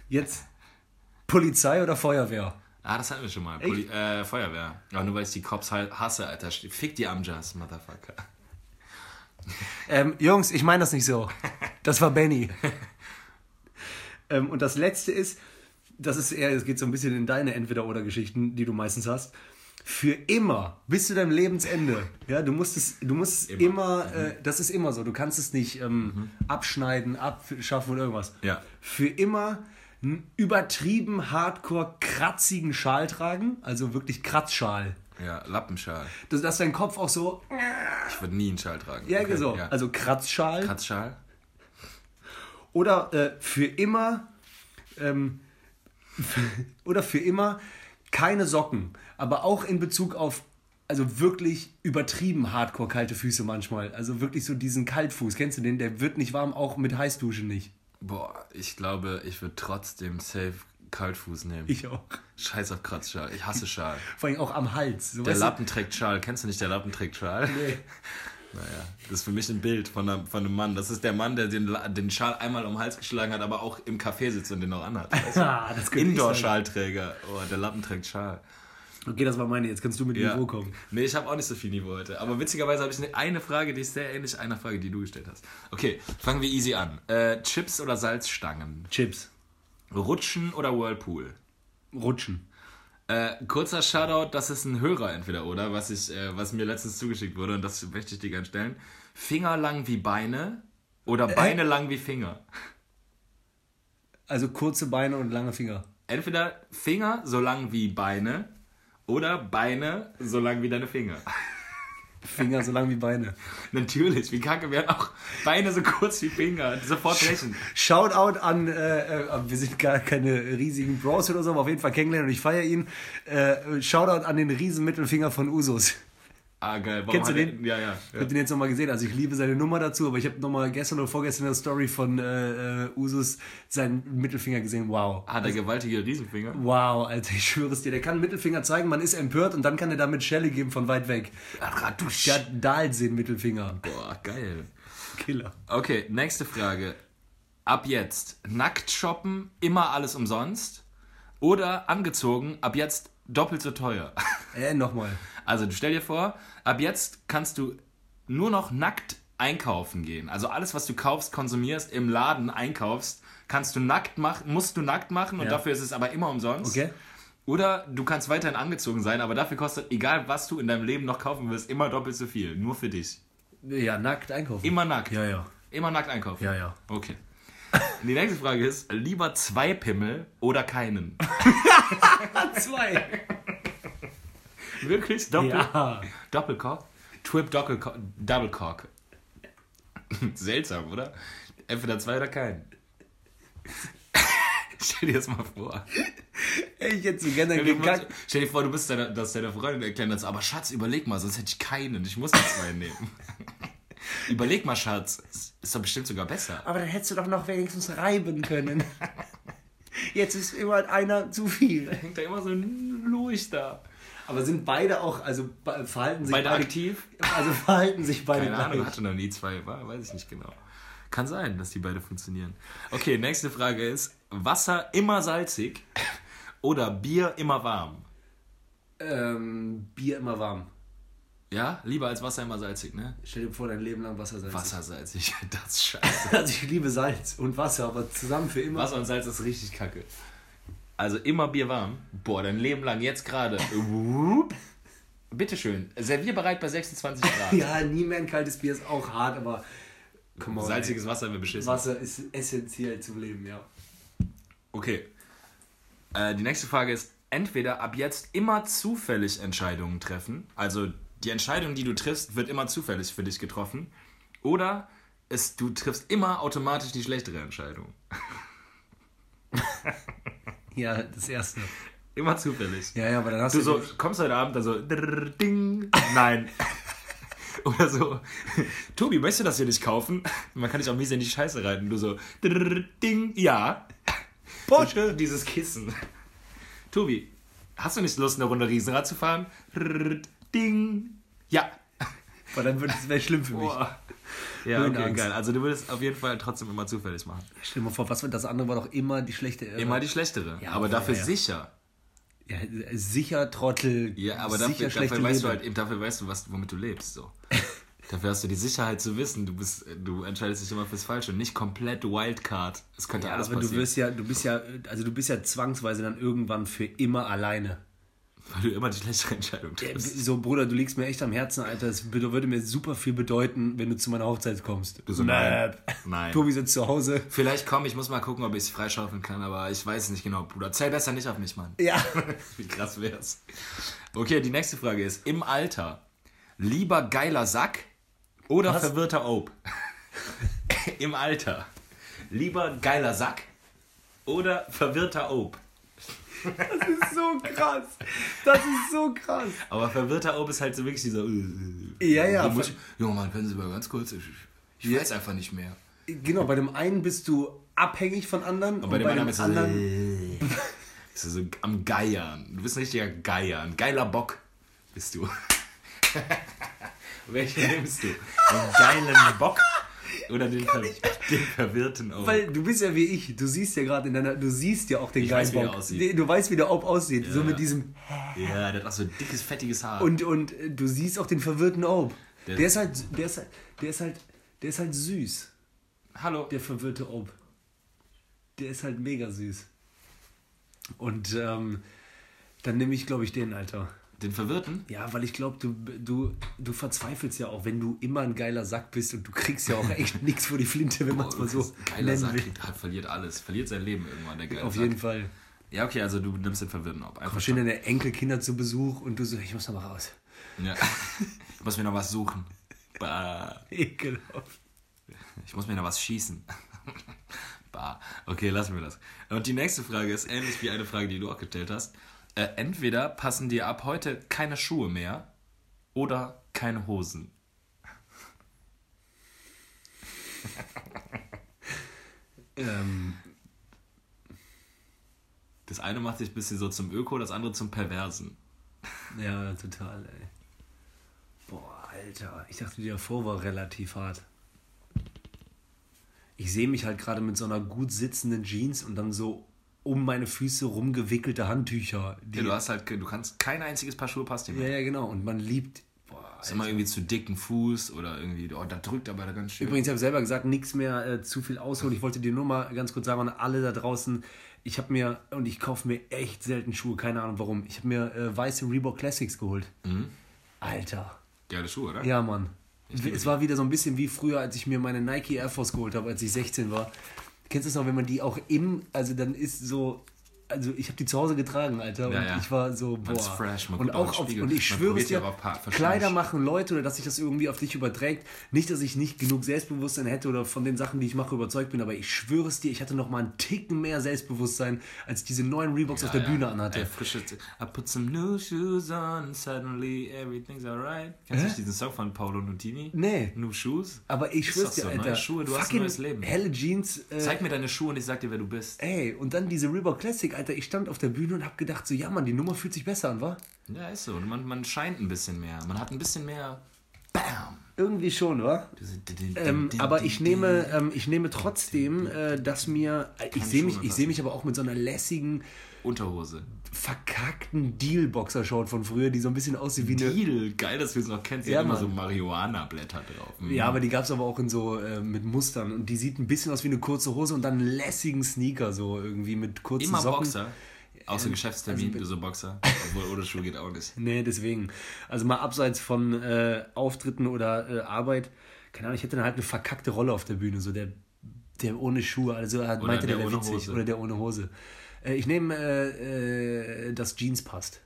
S3: jetzt Polizei oder Feuerwehr?
S2: Ah, das hatten wir schon mal. Poli äh, Feuerwehr. Aber nur weil ich die Cops halt hasse, Alter. Fick die Amjas, Motherfucker.
S3: Ähm, Jungs, ich meine das nicht so. Das war Benny. ähm, und das letzte ist, das ist eher, es geht so ein bisschen in deine Entweder-Oder-Geschichten, die du meistens hast. Für immer, bis zu deinem Lebensende. Ja, du musst es, du musst es immer, äh, das ist immer so. Du kannst es nicht ähm, abschneiden, abschaffen oder irgendwas.
S2: Ja.
S3: Für immer einen übertrieben hardcore kratzigen Schal tragen, also wirklich Kratzschal.
S2: Ja, Lappenschal.
S3: Dass, dass dein Kopf auch so,
S2: Ich würde nie einen Schal tragen.
S3: ja,
S2: Okay,
S3: so,
S2: Ja. Also
S3: also Kratzschal.
S2: Kratzschal?
S3: Oder äh, für immer. Ähm, oder für immer keine Socken. Aber auch in Bezug auf. Also wirklich übertrieben hardcore kalte Füße manchmal. Also wirklich so diesen Kaltfuß. Kennst du den? Der wird nicht warm, auch mit Heißdusche nicht.
S2: Boah, ich glaube, ich würde trotzdem safe Kaltfuß nehmen.
S3: Ich auch.
S2: Scheiß auf Kratzschal. Ich hasse Schal.
S3: Vor allem auch am Hals. So,
S2: Der
S3: weißt du?
S2: Lappen trägt Schal. Kennst du nicht, der Lappen trägt Schal?
S3: Nee.
S2: Naja, das ist für mich ein Bild von, einer, von einem Mann. Das ist der Mann, der den, La- den Schal einmal um den Hals geschlagen hat, aber auch im Café sitzt und den noch anhat. Weißt du?
S3: Ah, das könnte ich sein.
S2: Indoor-Schalträger. Oh, der Lappen trägt Schal.
S3: Okay, das war meine. Jetzt kannst du mit
S2: Ja.
S3: Niveau kommen.
S2: Nee, ich habe auch nicht so viel Niveau heute. Aber witzigerweise habe ich ne- eine Frage, die ist sehr ähnlich einer Frage, die du gestellt hast. Okay, fangen wir easy an. Äh, Chips oder Salzstangen?
S3: Chips.
S2: Rutschen oder Whirlpool?
S3: Rutschen.
S2: Äh, kurzer Shoutout, das ist ein Hörer entweder, oder? Was, ich, äh, was mir letztens zugeschickt wurde und das möchte ich dir gerne stellen. Finger lang wie Beine oder Beine lang wie Finger.
S3: Also kurze Beine und lange Finger.
S2: Entweder Finger so lang wie Beine oder Beine so lang wie deine Finger.
S3: Finger so lang wie Beine.
S2: Natürlich, wie kacke wären auch Beine so kurz wie Finger. Sofort rächen.
S3: Shoutout an, äh, äh, wir sind gar keine riesigen Bros oder so, aber auf jeden Fall kennengelernt und ich feiere ihn. Äh, Shoutout an den riesen Mittelfinger von Usos.
S2: Ah, geil. Warum
S3: Kennst du
S2: hat er-
S3: den?
S2: Ja, ja.
S3: Ich
S2: ja.
S3: habe den jetzt nochmal gesehen, also ich liebe seine Nummer dazu, aber ich habe nochmal gestern oder vorgestern in der Story von äh, äh, Usus seinen Mittelfinger gesehen. Wow.
S2: Hat er gewaltige Riesenfinger?
S3: Wow, Alter, ich schwöre es dir. Der kann Mittelfinger zeigen, man ist empört und dann kann er damit Schelle geben von weit weg. Der hat Dahlsinn Mittelfinger.
S2: Boah, geil.
S3: Killer.
S2: Okay, nächste Frage. Ab jetzt nackt shoppen, immer alles umsonst oder angezogen, ab jetzt doppelt so teuer.
S3: Äh, nochmal.
S2: Also du stell dir vor, ab jetzt kannst du nur noch nackt einkaufen gehen. Also alles, was du kaufst, konsumierst, im Laden einkaufst, kannst du nackt machen, musst du nackt machen und
S3: Ja.
S2: dafür ist es aber immer umsonst.
S3: Okay?
S2: Oder du kannst weiterhin angezogen sein, aber dafür kostet, egal was du in deinem Leben noch kaufen wirst, immer doppelt so viel. Nur für dich.
S3: Ja, nackt einkaufen.
S2: Immer nackt.
S3: Ja, ja.
S2: Immer nackt einkaufen.
S3: Ja, ja.
S2: Okay. Die nächste Frage ist, lieber zwei Pimmel oder keinen?
S3: Zwei.
S2: Wirklich? Doppel,
S3: Ja.
S2: Doppelcock? Trip Doppelcock. Doublecock. Seltsam, oder? Entweder zwei oder keinen. Stell dir das mal vor.
S3: Ich hätte so gerne
S2: Stell dir vor-
S3: gekackt.
S2: Stell dir vor, du bist deiner, dass deiner Freundin erklären dass, aber Schatz, überleg mal, sonst hätte ich keinen. Ich muss die zwei nehmen. überleg mal, Schatz. Ist- Ist doch bestimmt sogar besser.
S3: Aber dann hättest du doch noch wenigstens reiben können. Jetzt ist immer einer zu viel.
S2: Hängt da immer so ein Lurch da.
S3: Aber sind beide auch, also be- verhalten sich
S2: Beide
S3: beide,
S2: aktiv?
S3: also verhalten sich beide
S2: Keine Ahnung,
S3: gleich.
S2: hatte noch nie zwei, war, weiß ich nicht genau. Kann sein, dass die beide funktionieren. Okay, nächste Frage ist: Wasser immer salzig oder Bier immer warm?
S3: Ähm, Bier immer warm.
S2: Ja, lieber als Wasser immer salzig, ne?
S3: Stell dir vor, dein Leben lang Wassersalz.
S2: Wasser salzig, das ist scheiße.
S3: Also ich liebe Salz und Wasser, aber zusammen für immer.
S2: Wasser und Salz ist richtig kacke. Also immer Bier warm. Boah, dein Leben lang jetzt gerade. Wupp. Bitteschön, servierbereit bei 26 Grad.
S3: Ja, nie mehr ein kaltes Bier ist auch hart, aber come on,
S2: Salziges Wasser wäre beschissen.
S3: ey. Wasser ist essentiell zum Leben, ja.
S2: Okay. Äh, die nächste Frage ist: Entweder ab jetzt immer zufällig Entscheidungen treffen, also die Entscheidung, die du triffst, wird immer zufällig für dich getroffen, oder es, du triffst immer automatisch die schlechtere Entscheidung.
S3: Ja, das erste.
S2: Immer zufällig.
S3: Ja, ja, aber dann hast
S2: Du so kommst heute Abend, dann so drrr, ding, nein. Oder so, Tobi, möchtest du das hier nicht kaufen? Man kann dich auch mies in die Scheiße reiten. Du so, drrr, ding, ja.
S3: Porsche.
S2: Dieses Kissen. Tobi, hast du nicht Lust, eine Runde Riesenrad zu fahren? Rrrt, Ding. Ja.
S3: Boah, dann wird es wäre schlimm für mich.
S2: Boah. Ja, okay,
S3: Höhenangst.
S2: geil. Also du würdest auf jeden Fall trotzdem immer zufällig machen.
S3: Stell dir mal vor, was wird das andere war doch immer die schlechte Irre.
S2: Immer die schlechtere.
S3: Ja,
S2: aber dafür
S3: ja, ja.
S2: sicher.
S3: ja, sicher Trottel.
S2: Ja, aber
S3: sicher
S2: dafür,
S3: schlechte
S2: dafür weißt du
S3: Leben.
S2: halt eben, dafür weißt du, was, womit du lebst. So. dafür hast du die Sicherheit zu wissen, du, bist, äh, du entscheidest dich immer fürs Falsche und nicht komplett Wildcard. Es könnte
S3: Ja,
S2: alles
S3: aber du
S2: passieren.
S3: wirst ja, du bist ja, also du bist ja zwangsweise dann irgendwann für immer alleine. Äh,
S2: weil du immer die schlechtere Entscheidung triffst.
S3: So, Bruder, du liegst mir echt am Herzen, Alter. Das bede- würde mir super viel bedeuten, wenn du zu meiner Hochzeit kommst.
S2: so, nein. Nein.
S3: Tobi sitzt zu Hause.
S2: Vielleicht komm, ich muss mal gucken, ob ich es freischaufeln kann, aber ich weiß nicht genau, Bruder. Zähl besser nicht auf mich, Mann.
S3: Ja.
S2: Wie krass wär's. Okay, die nächste Frage ist: Im Alter, lieber geiler Sack oder
S3: Was?
S2: verwirrter Ob? Im Alter, lieber geiler Sack oder verwirrter Ob?
S3: Das ist so krass. Das ist so krass.
S2: Aber verwirrter Ob ist halt so wirklich dieser.
S3: Ja, ja,
S2: So muss ich- Jo, Mann, können Sie mal ganz kurz. Ich, ich weiß einfach nicht mehr.
S3: Genau, bei dem einen bist du abhängig von anderen und,
S2: Bei dem anderen bist du so, bist du so am Geiern. Du bist ein richtiger Geier. Ein geiler Bock bist du. Welchen nimmst du? Den geilen Bock oder den, Ver den verwirrten Augen?
S3: Weil du bist ja wie ich, du siehst ja gerade in deiner, du siehst ja auch den
S2: weiß, wie der
S3: Geilbock.
S2: aussieht.
S3: Nee, Du weißt, wie der Ob aussieht, so
S2: ja.
S3: mit diesem
S2: ja, der hat auch so dickes, fettiges Haar.
S3: und und äh, du siehst auch den verwirrten Ob.
S2: Der-
S3: Der, ist halt, der ist halt, der ist halt, der ist halt süß,
S2: Hallo.
S3: der verwirrte Ob. Der ist halt mega süß. Und ähm, dann nehme ich, glaube ich, den, Alter.
S2: Den Verwirrten?
S3: Ja, weil ich glaube, du, du, du verzweifelst ja auch, wenn du immer ein geiler Sack bist und du kriegst ja auch echt nichts vor die Flinte, wenn man
S2: Oh,
S3: es mal so
S2: Geiler
S3: nennen
S2: Sack
S3: will.
S2: hat, verliert alles. Verliert sein Leben irgendwann, der geile
S3: Auf
S2: Sack.
S3: jeden Fall.
S2: Ja, okay, also du nimmst den Verwirrten ab. Einfach
S3: Stehen deine Enkelkinder zu Besuch und du so, ich muss da mal raus.
S2: Ja. Ich muss mir noch was suchen. Bah.
S3: Ekelhaft.
S2: Ich muss mir noch was schießen. Bah. Okay, lassen wir das. Und die nächste Frage ist ähnlich wie eine Frage, die du auch gestellt hast. Äh, entweder passen dir ab heute keine Schuhe mehr oder keine Hosen.
S3: Ähm,
S2: Das eine macht dich ein bisschen so zum Öko, das andere zum Perversen.
S3: ja, total, ey. Boah, Alter. Ich dachte, die davor war relativ hart. Ich sehe mich halt gerade mit so einer gut sitzenden Jeans und dann so um meine Füße rumgewickelte Handtücher. Die,
S2: Ja, du hast halt, du kannst kein einziges Paar Schuhe passt dir
S3: ja,
S2: mehr.
S3: ja, genau. Und man liebt. Boah,
S2: Ist immer irgendwie zu dicken Fuß oder irgendwie, oh, da drückt aber da ganz schön.
S3: Übrigens, ich habe selber gesagt, nichts mehr äh, zu viel ausholen. Ich wollte dir nur mal ganz kurz sagen an alle da draußen, ich habe mir, und ich kaufe mir echt selten Schuhe, keine Ahnung warum, ich habe mir äh, weiße Reebok Classics geholt. Alter.
S2: Geile Schuhe, oder?
S3: Ja, Mann. Es war wieder so ein bisschen wie früher, als ich mir meine Nike Air Force geholt habe, als ich 16 war. Kennst du es noch, wenn man die auch im, also dann ist so, also ich habe die zu Hause getragen, Alter,
S2: Ja,
S3: und
S2: ja.
S3: ich war so, boah.
S2: Man ist fresh, man
S3: und
S2: guckt auf den
S3: auch auf,
S2: Spiegel,
S3: und ich
S2: man
S3: schwöre es
S2: probiert ja
S3: dir,
S2: auch ein paar verschiedene
S3: Kleider
S2: Sch-
S3: machen Leute oder dass sich das irgendwie auf dich überträgt. Nicht, dass ich nicht genug Selbstbewusstsein hätte oder von den Sachen, die ich mache, überzeugt bin, aber ich schwöre es dir, ich hatte noch mal einen Ticken mehr Selbstbewusstsein, als ich diese neuen Reeboks auf der Bühne anhatte.
S2: Ey, frische Z- I put some new shoes on, suddenly everything's alright. Kennst du nicht diesen Song von Paolo Nutini?
S3: Nee.
S2: New Shoes?
S3: Aber ich
S2: Ist
S3: schwör's
S2: doch
S3: dir,
S2: so,
S3: Alter.
S2: neue Schuhe, du hast ein neues Leben.
S3: Helle Jeans. Äh,
S2: Zeig mir deine Schuhe und ich sag dir, wer du bist.
S3: Ey, und dann diese Reebok Classic, Alter, ich stand auf der Bühne und hab gedacht, so, ja, Mann, die Nummer fühlt sich besser an, wa?
S2: Ja, ist so. Und man, man scheint ein bisschen mehr. Man hat ein bisschen mehr. Bam!
S3: Irgendwie schon, wa? Ähm, aber ich nehme, ähm, ich nehme trotzdem, äh, dass mir, ich sehe mich, ich sehe mich aber auch mit so einer lässigen,
S2: Unterhose.
S3: verkackten Deal-Boxer-Short von früher, die so ein bisschen aussieht wie eine,
S2: Deal. Geil, dass wir es noch kennen. Sie
S3: Ja,
S2: hat immer
S3: Mann.
S2: so Marihuana-Blätter drauf. Mhm.
S3: ja, aber die gab's aber auch in so, äh, mit Mustern und die sieht ein bisschen aus wie eine kurze Hose und dann einen lässigen Sneaker, so irgendwie mit kurzen
S2: Immer
S3: Socken. Ähm, also
S2: Boxer. Außer Geschäftstermin, so Boxer. Obwohl, ohne Schuhe geht auch nicht.
S3: Nee, deswegen. Also mal abseits von äh, Auftritten oder äh, Arbeit, keine Ahnung, ich hätte dann halt eine verkackte Rolle auf der Bühne, so der, der ohne Schuhe, also halt meinte der,
S2: der
S3: der
S2: ohne
S3: witzig
S2: Hose.
S3: oder der ohne Hose. Äh, ich nehme, äh, äh, dass Jeans passt.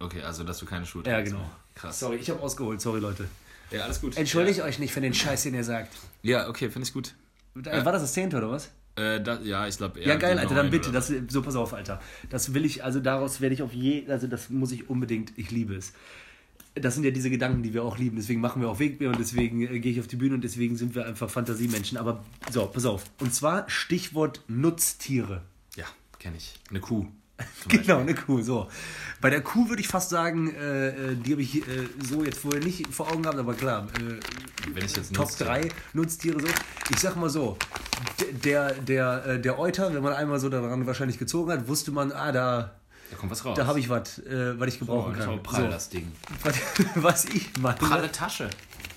S2: Okay, also, dass du keine Schuhe
S3: Ja,
S2: trägst. Oh,
S3: genau.
S2: Krass.
S3: Sorry, ich habe ausgeholt, sorry Leute.
S2: Ja, alles gut.
S3: Entschuldigt euch nicht für den Scheiß, den ihr sagt.
S2: Ja, ja okay, finde ich gut.
S3: War das das Zehnte oder was?
S2: Äh, da, ja, ich glaube eher.
S3: Ja, geil, Alter, dann bitte.
S2: Das
S3: Das, so, pass auf, Alter. Das will ich, also daraus werde ich auf je, also das muss ich unbedingt, ich liebe es. Das sind ja diese Gedanken, die wir auch lieben. Deswegen machen wir auch Wegbier und deswegen äh, gehe ich auf die Bühne und deswegen sind wir einfach Fantasiemenschen. Aber so, pass auf. Und zwar Stichwort Nutztiere.
S2: ja, kenne ich. Eine Kuh.
S3: Genau, eine Kuh, so. Bei der Kuh würde ich fast sagen, äh, äh, die habe ich äh, so jetzt vorher nicht vor Augen gehabt, aber klar, äh,
S2: Wenn ich jetzt
S3: Top
S2: nutze.
S3: 3 Nutztiere so. Ich sag mal so, d- der, der, äh, der Euter, wenn man einmal so daran wahrscheinlich gezogen hat, wusste man, ah, da,
S2: Da kommt was raus.
S3: da habe ich was, äh, was ich
S2: Oh,
S3: gebrauchen
S2: das war
S3: kann.
S2: prall,
S3: So,
S2: das Ding.
S3: was, was ich meine,
S2: Pralle Tasche.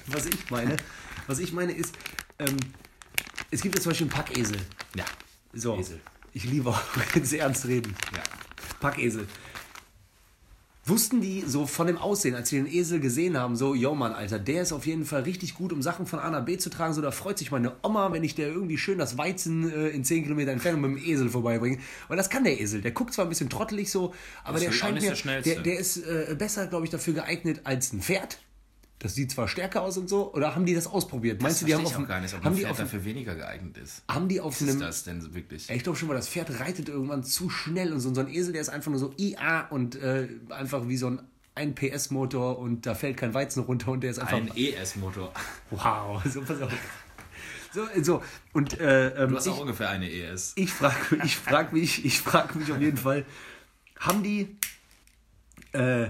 S3: was ich meine, was ich meine ist, ähm, es gibt jetzt zum Beispiel einen Packesel.
S2: Ja.
S3: So,
S2: Esel.
S3: ich liebe auch, wenn sie ernst reden.
S2: Ja.
S3: Packesel. Wussten die so von dem Aussehen, als sie den Esel gesehen haben, so, yo Mann, Alter, der ist auf jeden Fall richtig gut, um Sachen von A nach B zu tragen, so, da freut sich meine Oma, wenn ich der irgendwie schön das Weizen äh, in 10 Kilometer Entfernung mit dem Esel vorbeibringe. Weil das kann der Esel. Der guckt zwar ein bisschen trottelig so, aber
S2: Ist
S3: der
S2: halt auch
S3: scheint
S2: nicht
S3: mir,
S2: der Schnellste.
S3: der, der ist äh, besser, glaube ich, dafür geeignet als ein Pferd. Das sieht zwar stärker aus und so, oder haben die das ausprobiert? Meinst
S2: Das
S3: du, die haben
S2: verstehe ich
S3: auf,
S2: auch
S3: dem-
S2: gar nicht, ob
S3: haben
S2: ein
S3: die
S2: Pferd
S3: auf, dem-
S2: dafür weniger geeignet ist.
S3: haben die auf
S2: Was ist
S3: einem
S2: das denn so wirklich?
S3: ich glaube schon mal, das Pferd reitet irgendwann zu schnell und so, so ein Esel, der ist einfach nur so IA und äh, einfach wie so ein 1 PS-Motor und da fällt kein Weizen runter und der ist einfach.
S2: Ein E ES-Motor.
S3: wow, so pass auf. So, so. und äh, ähm,
S2: Du hast
S3: ich,
S2: auch ungefähr eine E ES.
S3: ich frage ich frag mich, ich frage mich auf jeden Fall, haben die. Äh,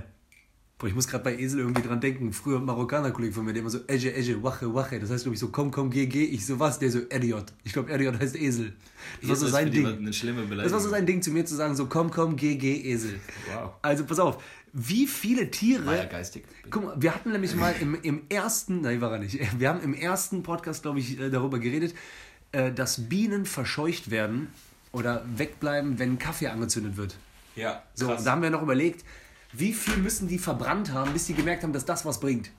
S3: boah, ich muss gerade bei Esel irgendwie dran denken. Früher ein Marokkaner-Kollege von mir, der immer so, Eje, Eje, Wache, Wache. Das heißt, glaube ich, so, komm, komm, geh, geh. Ich so, was? Der so, Eriot. Ich glaube, Eriot heißt Esel. Das war so
S2: ES
S3: sein
S2: für die
S3: Ding.
S2: war Eine schlimme Beleidigung.
S3: Das war so sein Ding zu mir zu sagen, so komm, komm, geh, geh, Esel.
S2: Wow.
S3: Also pass auf, wie viele
S2: War Ah, ja
S3: Tiere...
S2: geistig.
S3: Guck mal, wir hatten nämlich mal im, im ersten, nein, war er nicht, wir haben im ersten Podcast, glaube ich, äh, darüber geredet, äh, dass Bienen verscheucht werden oder wegbleiben, wenn Kaffee angezündet wird.
S2: Ja,
S3: So,
S2: krass.
S3: und da haben wir noch überlegt, wie viel müssen die verbrannt haben, bis die gemerkt haben, dass das was bringt.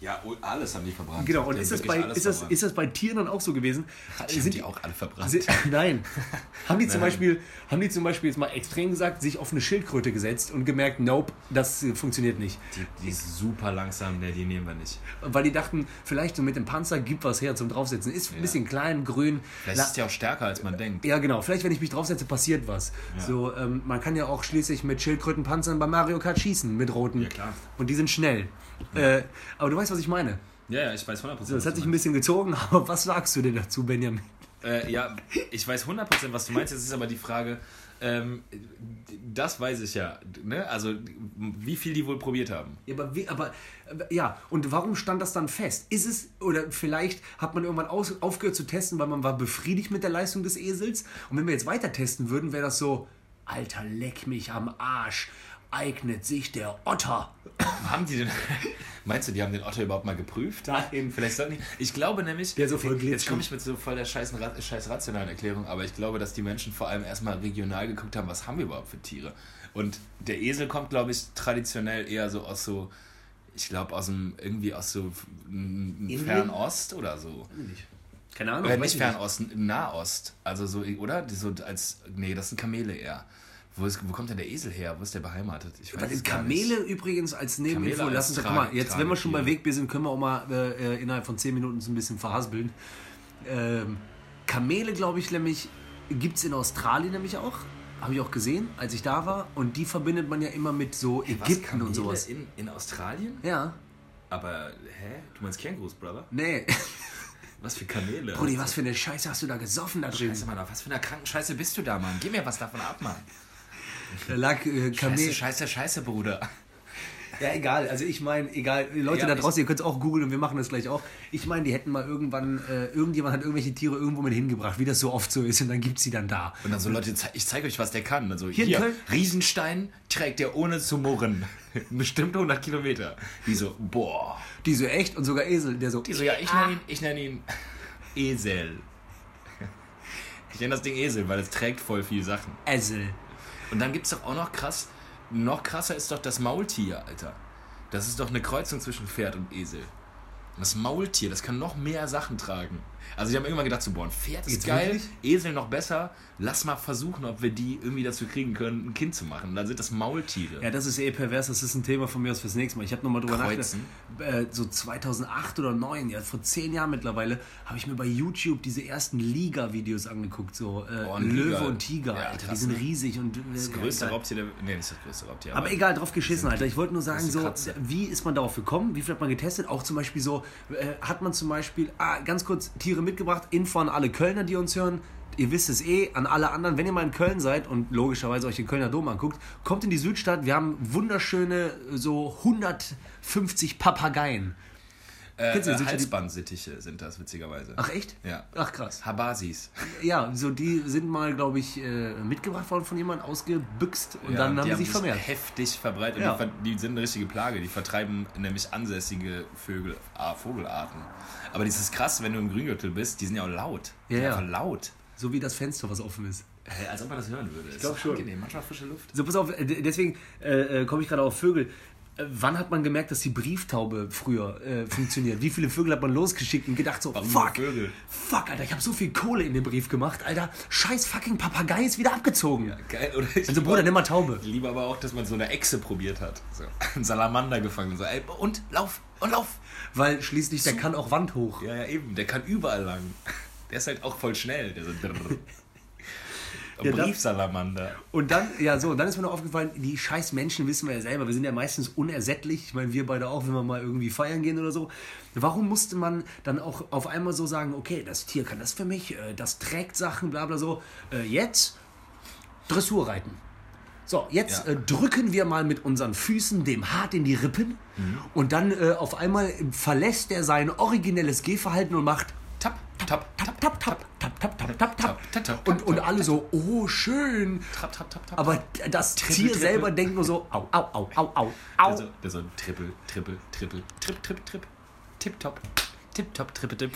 S2: ja, oh, alles haben die verbrannt.
S3: Genau, und
S2: Die
S3: ist
S2: haben
S3: das, bei,
S2: wirklich alles
S3: ist, das,
S2: verbrannt.
S3: ist das bei Tieren dann auch so gewesen?
S2: die haben die auch alle verbrannt.
S3: Sie, nein. haben, die zum
S2: Nein.
S3: Beispiel, haben die zum Beispiel jetzt mal extrem gesagt, sich auf eine Schildkröte gesetzt und gemerkt, nope, das äh, funktioniert nicht.
S2: die, die ist super langsam, ne, die nehmen wir nicht.
S3: Weil die dachten, vielleicht so mit dem Panzer gibt was her zum draufsetzen. Ist ein bisschen klein, grün.
S2: Vielleicht
S3: La-
S2: ist die auch stärker, als man denkt.
S3: ja, genau. Vielleicht, wenn ich mich draufsetze, passiert was. So, ähm, man kann ja auch schließlich mit Schildkrötenpanzern bei Mario Kart schießen, mit roten.
S2: Ja, klar.
S3: Und die sind schnell. Äh, aber du weißt, was ich meine.
S2: Ja, ja, ich weiß 100%.
S3: Das hat sich ein bisschen gezogen, aber was sagst du denn dazu, Benjamin?
S2: Äh, ja, ich weiß 100%, was du meinst. Jetzt ist aber die Frage, ähm, das weiß ich ja. Ne? Also, wie viel die wohl probiert haben.
S3: Ja, aber, wie, aber aber- ja, und warum stand das dann fest? Ist es, oder vielleicht hat man irgendwann aus, aufgehört zu testen, weil man war befriedigt mit der Leistung des Esels. Und wenn wir jetzt weiter testen würden, wäre das so, Alter, leck mich am Arsch, eignet sich der Otter.
S2: Haben die denn. Meinst du, die haben den Otto überhaupt mal geprüft?
S3: Nein.
S2: Vielleicht sollten die. Ich glaube nämlich.
S3: Der so voll glitschig.
S2: Jetzt komme ich mit so voll der scheiß, scheiß rationalen Erklärung, aber ich glaube, dass die Menschen vor allem erstmal regional geguckt haben, was haben wir überhaupt für Tiere. Und der Esel kommt, glaube ich, traditionell eher so aus so. Ich glaube, aus dem. Irgendwie aus so. m,
S3: Indien?
S2: Fernost oder so.
S3: Keine Ahnung.
S2: Äh,
S3: weiß
S2: nicht
S3: ich
S2: Fernost, Nahost. Also so, oder? Die So als. Nee, das sind Kamele eher. Wo, ist, wo kommt denn der Esel her? Wo ist der beheimatet? Ich weiß
S3: Weil
S2: es gar nicht.
S3: Kamele übrigens als Nebeninfo,
S2: Kamele
S3: lass
S2: als
S3: uns doch guck mal,
S2: Trage-
S3: jetzt wenn wir schon bei
S2: Tragetiere.
S3: Wegbier sind, können wir auch mal äh, äh, innerhalb von 10 Minuten so ein bisschen verhaspeln. Ähm, Kamele, glaube ich, nämlich gibt es in Australien nämlich auch. Habe ich auch gesehen, als ich da war. Und die verbindet man ja immer mit so
S2: Was,
S3: Ägypten
S2: Kamele
S3: und sowas.
S2: In, in Australien?
S3: Ja,
S2: Aber, hä? Du meinst Kängurus, Brother?
S3: nee.
S2: Was für Kamele?
S3: Brudi, was für eine Scheiße hast du da gesoffen da drin?
S2: Scheiße, Mann, auf was für einer kranken Scheiße bist du da, Mann? Gib mir was davon ab, Mann.
S3: Da lag äh,
S2: Scheiße,
S3: Kamel.
S2: scheiße, scheiße, Bruder.
S3: Ja, egal. Also ich meine, egal. Leute
S2: Ja,
S3: da
S2: ich-
S3: draußen, ihr könnt es auch googeln und wir machen das gleich auch. Ich meine, die hätten mal irgendwann, äh, irgendjemand hat irgendwelche Tiere irgendwo mit hingebracht, wie das so oft so ist. Und dann gibt sie dann da.
S2: Und dann so, Leute, zei- ich zeige euch, was der kann. Also,
S3: Hier
S2: hier,
S3: in Köln-
S2: Riesenstein trägt er ohne zu murren. Bestimmt 100 Kilometer. Die so, boah.
S3: Die so echt und sogar Esel, der so.
S2: Die so, ja, ich nenne ihn, ich nenne ihn Esel. Ich nenne das Ding Esel, weil es trägt voll viel Sachen.
S3: Esel.
S2: Und dann gibt es doch auch noch krass, noch krasser ist doch das Maultier, Alter. Das ist doch eine Kreuzung zwischen Pferd und Esel. Das Maultier, das kann noch mehr Sachen tragen. Also ich habe irgendwann gedacht, so, boah, ein Pferd ist
S3: Jetzt
S2: geil,
S3: wirklich?
S2: Esel noch besser. Lass mal versuchen, ob wir die irgendwie dazu kriegen können, ein Kind zu machen. Und dann sind das Maultiere.
S3: Ja, das ist eh pervers, das ist ein Thema von mir aus fürs nächste Mal. Ich habe nochmal drüber nachgedacht. Äh,
S2: Kreuzen.
S3: so 2008 oder 2009, ja, vor zehn Jahren mittlerweile, habe ich mir bei YouTube diese ersten Liga-Videos angeguckt. So äh,
S2: Oh, ein
S3: Löwe
S2: Tiger.
S3: und Tiger,
S2: Ja,
S3: Alter, die
S2: krass,
S3: sind
S2: ne?
S3: riesig und. äh,
S2: Das größte Raubtier der Nee, nicht das größte Raubtier.
S3: Aber egal, drauf geschissen, Alter. Ich wollte nur sagen,
S2: ist
S3: so,
S2: eine Katze.
S3: wie ist man darauf gekommen? Wie viel hat man getestet? Auch zum Beispiel so, äh, hat man zum Beispiel, ah, ganz kurz, Tiere mitgebracht, Info an alle Kölner, die uns hören. Ihr wisst es eh, an alle anderen, wenn ihr mal in Köln seid und logischerweise euch den Kölner Dom anguckt, kommt in die Südstadt. Wir haben wunderschöne, so 150 Papageien.
S2: äh,
S3: Kennst du die
S2: äh,
S3: Südstadt-
S2: Halsbandsittiche sind das, witzigerweise.
S3: Ach, echt?
S2: Ja.
S3: Ach, krass.
S2: Habasis.
S3: Ja, so die sind mal, glaube ich, äh, mitgebracht worden von jemandem, ausgebüxt und dann haben die sich
S2: das
S3: vermehrt.
S2: heftig verbreitet.
S3: Ja.
S2: Die, ver die sind eine richtige Plage. Die vertreiben nämlich ansässige Vögel, ah, Vogelarten. Aber das ist krass, wenn du im Grüngürtel bist, die sind ja auch laut. Die
S3: Ja,
S2: sind
S3: ja.
S2: einfach laut.
S3: So wie das Fenster, was offen ist.
S2: Hey, als ob man das hören würde. Ich
S3: glaub schon.
S2: Angenehm. Manchmal frische Luft.
S3: So, pass auf, äh, d- deswegen äh, äh, komme ich gerade auf Vögel. Äh, Wann hat man gemerkt, dass die Brieftaube früher äh, funktioniert? Wie viele Vögel hat man losgeschickt und gedacht so,
S2: Warum nur
S3: fuck,
S2: Vögel?
S3: fuck, Alter, ich habe so viel Kohle in den Brief gemacht, Alter, scheiß fucking Papagei ist wieder abgezogen.
S2: Geil, oder? Ich
S3: also Bruder, nimm mal Taube.
S2: Ich liebe aber auch, dass man so eine Echse probiert hat. So. Einen Salamander gefangen. und So, ey, und lauf, und lauf.
S3: Weil schließlich, der kann auch Wand hoch.
S2: Ja, ja, eben. Der kann überall lang. Der ist halt auch voll schnell. Der so.
S3: Ja, das-
S2: Briefsalamander.
S3: Und dann, ja so, und dann ist mir noch aufgefallen, die scheiß Menschen wissen wir ja selber, wir sind ja meistens unersättlich. Ich meine, wir beide auch, wenn wir mal irgendwie feiern gehen oder so. Warum musste man dann auch auf einmal so sagen, okay, das Tier kann das für mich, äh, das trägt Sachen, bla bla so. Äh, Jetzt Dressur reiten. So, jetzt
S2: Ja.
S3: äh, drücken wir mal mit unseren Füßen dem Hart in die Rippen
S2: Mhm.
S3: und dann äh, auf einmal verlässt er sein originelles Gehverhalten und macht
S2: Tap, tap, tap,
S3: tap, tap, tap, tap, tap, tap, tap, tap.
S2: tap, tap, tap,
S3: Und, und alle so, oh, schön.
S2: tap, tap, tap, tap.
S3: Aber das Tier
S2: trippel.
S3: selber denkt nur so, au, au, au, au, au, au.
S2: Also, der so ein Triple, Triple, Triple, Trip, Trip, Trip, Tip, Top, Tip, Top, Trippe, Tip.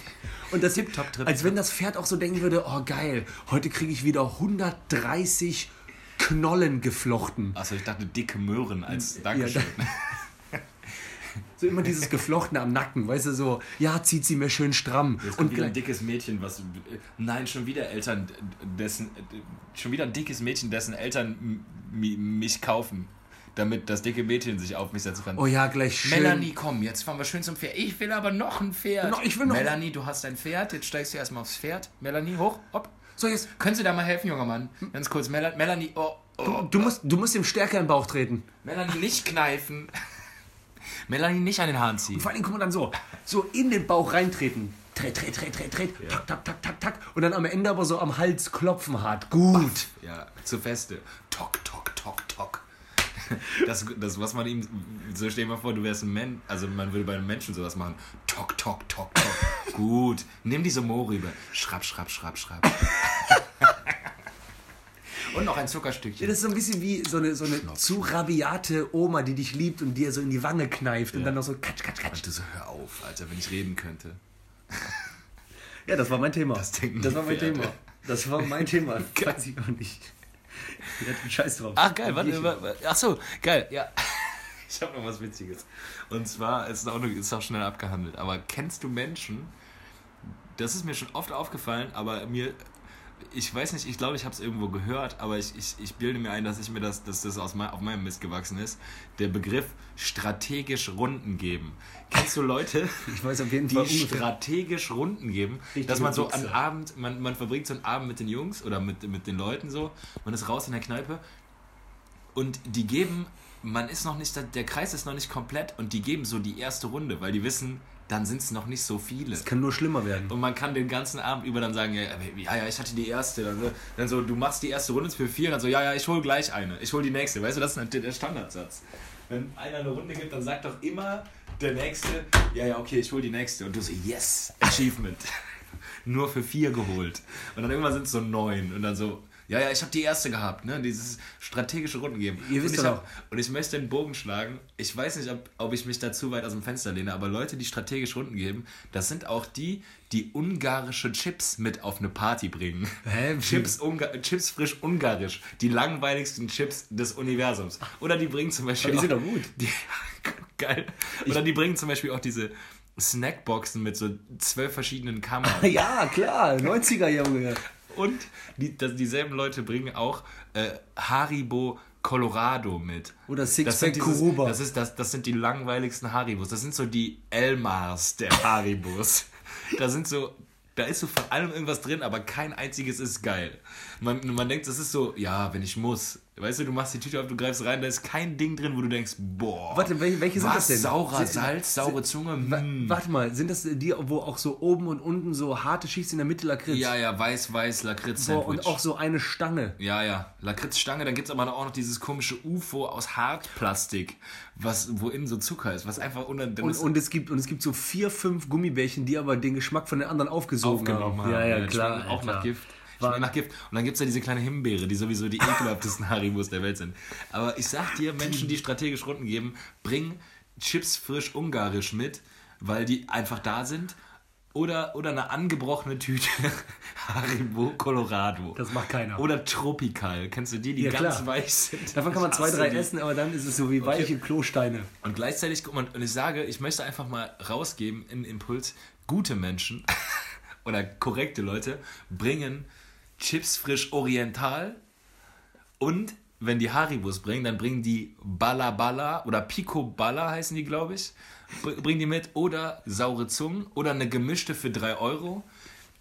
S3: und das
S2: tipptopp drin.
S3: als wenn das Pferd auch so denken würde, oh geil, heute kriege ich wieder 130 Knollen geflochten.
S2: Achso, ich dachte dicke Möhren als Dankeschön.
S3: So immer dieses Geflochtene am Nacken, weißt du, so, ja, zieht sie mir schön stramm.
S2: Jetzt kommt
S3: Und
S2: wieder ein
S3: gleich-
S2: dickes Mädchen, was. Nein, schon wieder Eltern, dessen. Schon wieder ein dickes Mädchen, dessen Eltern m- m- mich kaufen, damit das dicke Mädchen sich auf mich setzen kann.
S3: oh ja, gleich schön.
S2: Melanie, komm, jetzt fahren wir schön zum Pferd. Ich will aber noch ein Pferd.
S3: No, ich will noch-
S2: Melanie, du hast ein Pferd, jetzt steigst du erstmal aufs Pferd. Melanie, hoch, hopp.
S3: So, jetzt,
S2: Können Sie da mal helfen, junger Mann? Ganz kurz, Mel Melanie, oh, oh.
S3: du, du, musst, du musst ihm stärker in den Bauch treten.
S2: Melanie, nicht kneifen. Melanie, nicht an den Haaren ziehen.
S3: Vor allem, guck mal dann so, so in den Bauch reintreten. Tret, tret, tret, tret, tret. Tak, tak, tak, tak, tak. Und dann am Ende aber so am Hals klopfen hart. Gut.
S2: Ja, zu feste. Tok, tok, tok, tok. Das, das, was man ihm, so stell dir mal vor, du wärst ein Mensch, also man würde bei einem Menschen sowas machen. Tok, tok, tok, tok. Gut, nimm diese Mohrrübe. Schrapp, schrapp, schrapp, schrapp. Und noch ein Zuckerstückchen.
S3: Das ist so ein bisschen wie so eine, so eine zu rabiate Oma, die dich liebt und dir so in die Wange kneift und dann noch so katsch, katsch, katsch.
S2: Du so, hör auf, Alter, wenn ich reden könnte.
S3: Ja, das war mein Thema.
S2: Das denken
S3: das
S2: die
S3: war mein
S2: Pferde.
S3: Thema. Das war mein Thema. Weiß ich auch nicht. Ich hatte einen Scheiß drauf.
S2: Ach geil,
S3: Ich-
S2: warte, warte, ach so, geil, ja. Ich habe noch was Witziges. Und zwar ist auch, nur, ist auch schnell abgehandelt. Aber kennst du Menschen? Das ist mir schon oft aufgefallen, aber mir, ich weiß nicht, ich glaube, ich habe es irgendwo gehört, aber ich, ich, ich bilde mir ein, dass ich mir das, dass das aus mein, auf meinem Mist gewachsen ist. Der Begriff strategisch Runden geben. Kennst du Leute?
S3: Ich weiß auf jeden Fall
S2: die
S3: ungefähr.
S2: strategisch Runden geben,
S3: Richtige
S2: dass man so am
S3: Wichser.
S2: Abend, man, man verbringt so einen Abend mit den Jungs oder mit, mit den Leuten so, man ist raus in der Kneipe und die geben, man ist noch nicht, der Kreis ist noch nicht komplett und die geben so die erste Runde, weil die wissen, dann sind es noch nicht so viele.
S3: Es kann nur schlimmer werden.
S2: Und man kann den ganzen Abend über dann sagen, ja, ja, ja ich hatte die erste. Dann so, dann so, du machst die erste Runde für vier, dann so, ja, ja, ich hole gleich eine, ich hole die nächste. Weißt du, das ist natürlich der Standardsatz. Wenn einer eine Runde gibt, dann sagt doch immer der Nächste, ja, ja, okay, ich hole die nächste. Und du so, yes, Achievement. Nur für vier geholt. Und dann irgendwann sind es so neun. Und dann so, ja, ja, ich habe die erste gehabt, ne? Dieses strategische Runden geben.
S3: Ihr wisst
S2: und ich
S3: doch
S2: hab- und ich möchte den Bogen schlagen. Ich weiß nicht, ob, ob ich mich da zu weit aus dem Fenster lehne, aber Leute, die strategisch Runden geben, das sind auch die, die ungarische Chips mit auf eine Party bringen.
S3: Hä? Wie?
S2: Chips, Unga Chips frisch ungarisch. Die langweiligsten Chips des Universums. Oder die bringen zum Beispiel.
S3: Aber die sind
S2: auch-
S3: doch gut.
S2: Die, geil. Oder die bringen zum Beispiel auch diese Snackboxen mit so zwölf verschiedenen Kammern.
S3: Ja, klar, 90er Junge.
S2: Und die, das, dieselben Leute bringen auch äh, Haribo Colorado mit.
S3: Oder
S2: Das sind,
S3: Sixpack
S2: dieses,
S3: Kuruba.
S2: das, ist, das, das sind die langweiligsten Haribos. Das sind so die Elmars der Haribos. da sind so. Da ist so von allem irgendwas drin, aber kein einziges ist geil. Man, man denkt, das ist so, ja, wenn ich muss. Weißt du, du machst die Tüte auf, du greifst rein, da ist kein Ding drin, wo du denkst, boah.
S3: Warte, welche, welche sind
S2: was,
S3: das denn?
S2: Saurer
S3: Sind-
S2: Salz, saure Zunge,
S3: Wa-
S2: mm.
S3: Warte mal, sind das die, wo auch so oben und unten so harte Schichten in der Mitte Lakritz?
S2: Ja, ja, weiß, weiß,
S3: Boah,
S2: Lakritz-Sandwich.
S3: und auch so eine Stange.
S2: Ja, ja. Lakritzstange, dann gibt's aber auch noch dieses komische UFO aus Hartplastik, was, wo innen so Zucker ist, was einfach unter dann
S3: Und,
S2: ist
S3: und, es gibt, und es gibt so vier, fünf Gummibärchen, die aber den Geschmack von den anderen aufgesogen
S2: aufgenommen
S3: haben.
S2: haben.
S3: Ja, ja,
S2: die
S3: klar.
S2: schmecken Auch
S3: Alter.
S2: nach Gift.
S3: War-
S2: Schmecken nach Gift. Und dann gibt's ja diese kleine Himbeere, die sowieso die ekelhaftesten Haribos der Welt sind. Aber ich sag dir, Menschen, die strategisch Runden geben, bringen Chips frisch ungarisch mit, weil die einfach da sind. Oder, oder eine angebrochene Tüte Haribo Colorado.
S3: Das macht keiner.
S2: Oder Tropical. Kennst du die, die
S3: Ja,
S2: ganz
S3: klar.
S2: weich sind?
S3: Davon kann man
S2: Ich
S3: zwei,
S2: hasse
S3: drei
S2: die.
S3: essen, aber dann ist es so wie weiche Klosteine.
S2: Und gleichzeitig, guck mal, und ich sage, ich möchte einfach mal rausgeben in den Impuls, gute Menschen oder korrekte Leute bringen Chips frisch oriental und wenn die Haribos bringen, dann bringen die Balla Balla oder Pico Balla heißen die, glaube ich, br- bringen die mit oder saure Zungen oder eine gemischte für 3 Euro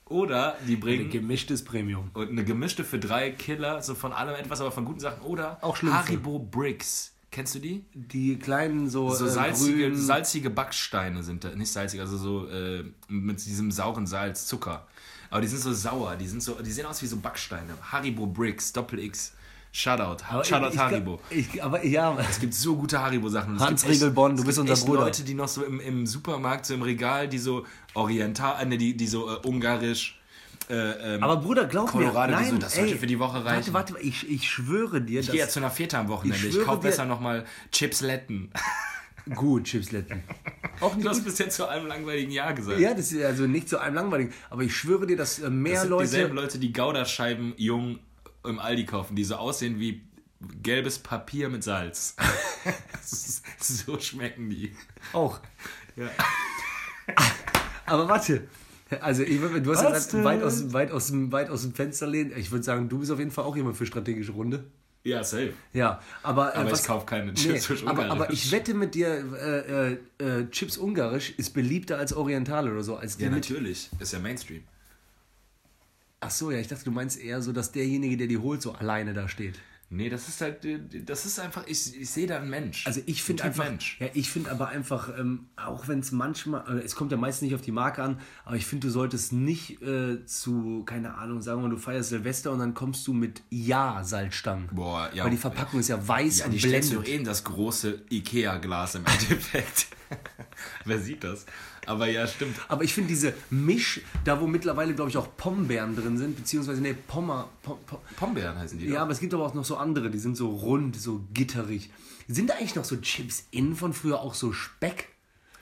S2: oder die bringen
S3: Gemischtes Premium.
S2: und eine gemischte für drei Killer, so von allem etwas, aber von guten Sachen oder
S3: Auch Schlümpfe.
S2: Haribo Bricks. Kennst du die?
S3: Die kleinen so,
S2: So
S3: äh,
S2: salzige,
S3: grün,
S2: salzige Backsteine sind da. Nicht salzig, also so äh, mit diesem sauren Salz, Zucker. Aber die sind so sauer, die, sind so, die sehen aus wie so Backsteine. Haribo Bricks, Doppel X. Shoutout.
S3: Aber ich-
S2: Shoutout
S3: ich-
S2: Haribo.
S3: Ich, aber ja,
S2: Es gibt so gute Haribo-Sachen. und es
S3: Hans
S2: gibt echt-
S3: Riegel Bonn, du
S2: es
S3: bist
S2: gibt
S3: unser
S2: echt
S3: Bruder.
S2: Leute, die noch so im, im Supermarkt, so im Regal, die so oriental, äh, ne, die, die so äh, ungarisch. Äh, ähm,
S3: aber Bruder, glaub
S2: Colorado,
S3: mir,
S2: die
S3: nein,
S2: so, das
S3: ey,
S2: sollte für die Woche reichen.
S3: Warte, warte, ich, ich schwöre dir,
S2: ich gehe ja
S3: dass,
S2: zu einer Fete am Wochenende. Ich,
S3: schwöre
S2: kaufe
S3: dir-
S2: besser nochmal Chipsletten.
S3: gut, Chipsletten. Auch
S2: Du
S3: nicht
S2: hast
S3: gut.
S2: bis jetzt zu einem langweiligen Jahr gesagt.
S3: Ja, das ist also nicht so einem langweilig, aber ich schwöre dir, dass äh, mehr
S2: Das sind
S3: Leute,
S2: dieselben Leute, die Goudascheiben jung im Aldi kaufen, die so aussehen wie gelbes Papier mit Salz. so schmecken die.
S3: Auch. Ah,
S2: Ja.
S3: Aber warte. Also, ich, würd- du hast ja
S1: Was
S3: gerade weit
S1: denn?
S3: aus, weit, aus, dem- weit aus dem Fenster lehnen. Ich würde sagen, du bist auf jeden Fall auch jemand für strategische Runde.
S2: Ja, safe.
S3: Ja, aber. äh,
S2: Aber
S3: was-
S2: ich kaufe keine Chips nee,
S3: aber, aber ich wette mit dir, äh, äh, äh, Chips ungarisch ist beliebter als Orientale oder so. Als die
S2: Ja,
S3: mit,
S2: natürlich. Ist ja Mainstream.
S3: ach so, ja, ich dachte, du meinst eher so, dass derjenige, der die holt, so alleine da steht.
S2: Nee, das ist halt, äh, das ist einfach, ich, ich sehe da einen Mensch.
S3: Also ich finde
S2: Ein Typ
S3: einfach,
S2: Mensch.
S3: ja, ich finde aber einfach, ähm, auch wenn es manchmal, äh, es kommt ja meistens nicht auf die Marke an, aber ich finde, du solltest nicht äh, zu, keine Ahnung, sagen wir, mal, du feierst Silvester und dann kommst du mit Ja-Salzstangen.
S2: Boah, ja.
S3: Weil die Verpackung ist ja weiß
S2: Ja,
S3: und
S2: die stellst doch
S3: blendet.
S2: eh in das große Ikea-Glas im Endeffekt. Wer sieht das? Aber ja, stimmt.
S3: Aber ich finde diese Misch, da wo mittlerweile, glaube ich, auch Pombeeren drin sind, beziehungsweise, nee, Pommer, Pom, Pom,
S2: Pombeeren heißen die.
S3: Ja,
S2: doch.
S3: aber es gibt aber auch noch so andere, die sind so rund, so gitterig. Sind da eigentlich noch so Chips in von früher auch so Speck?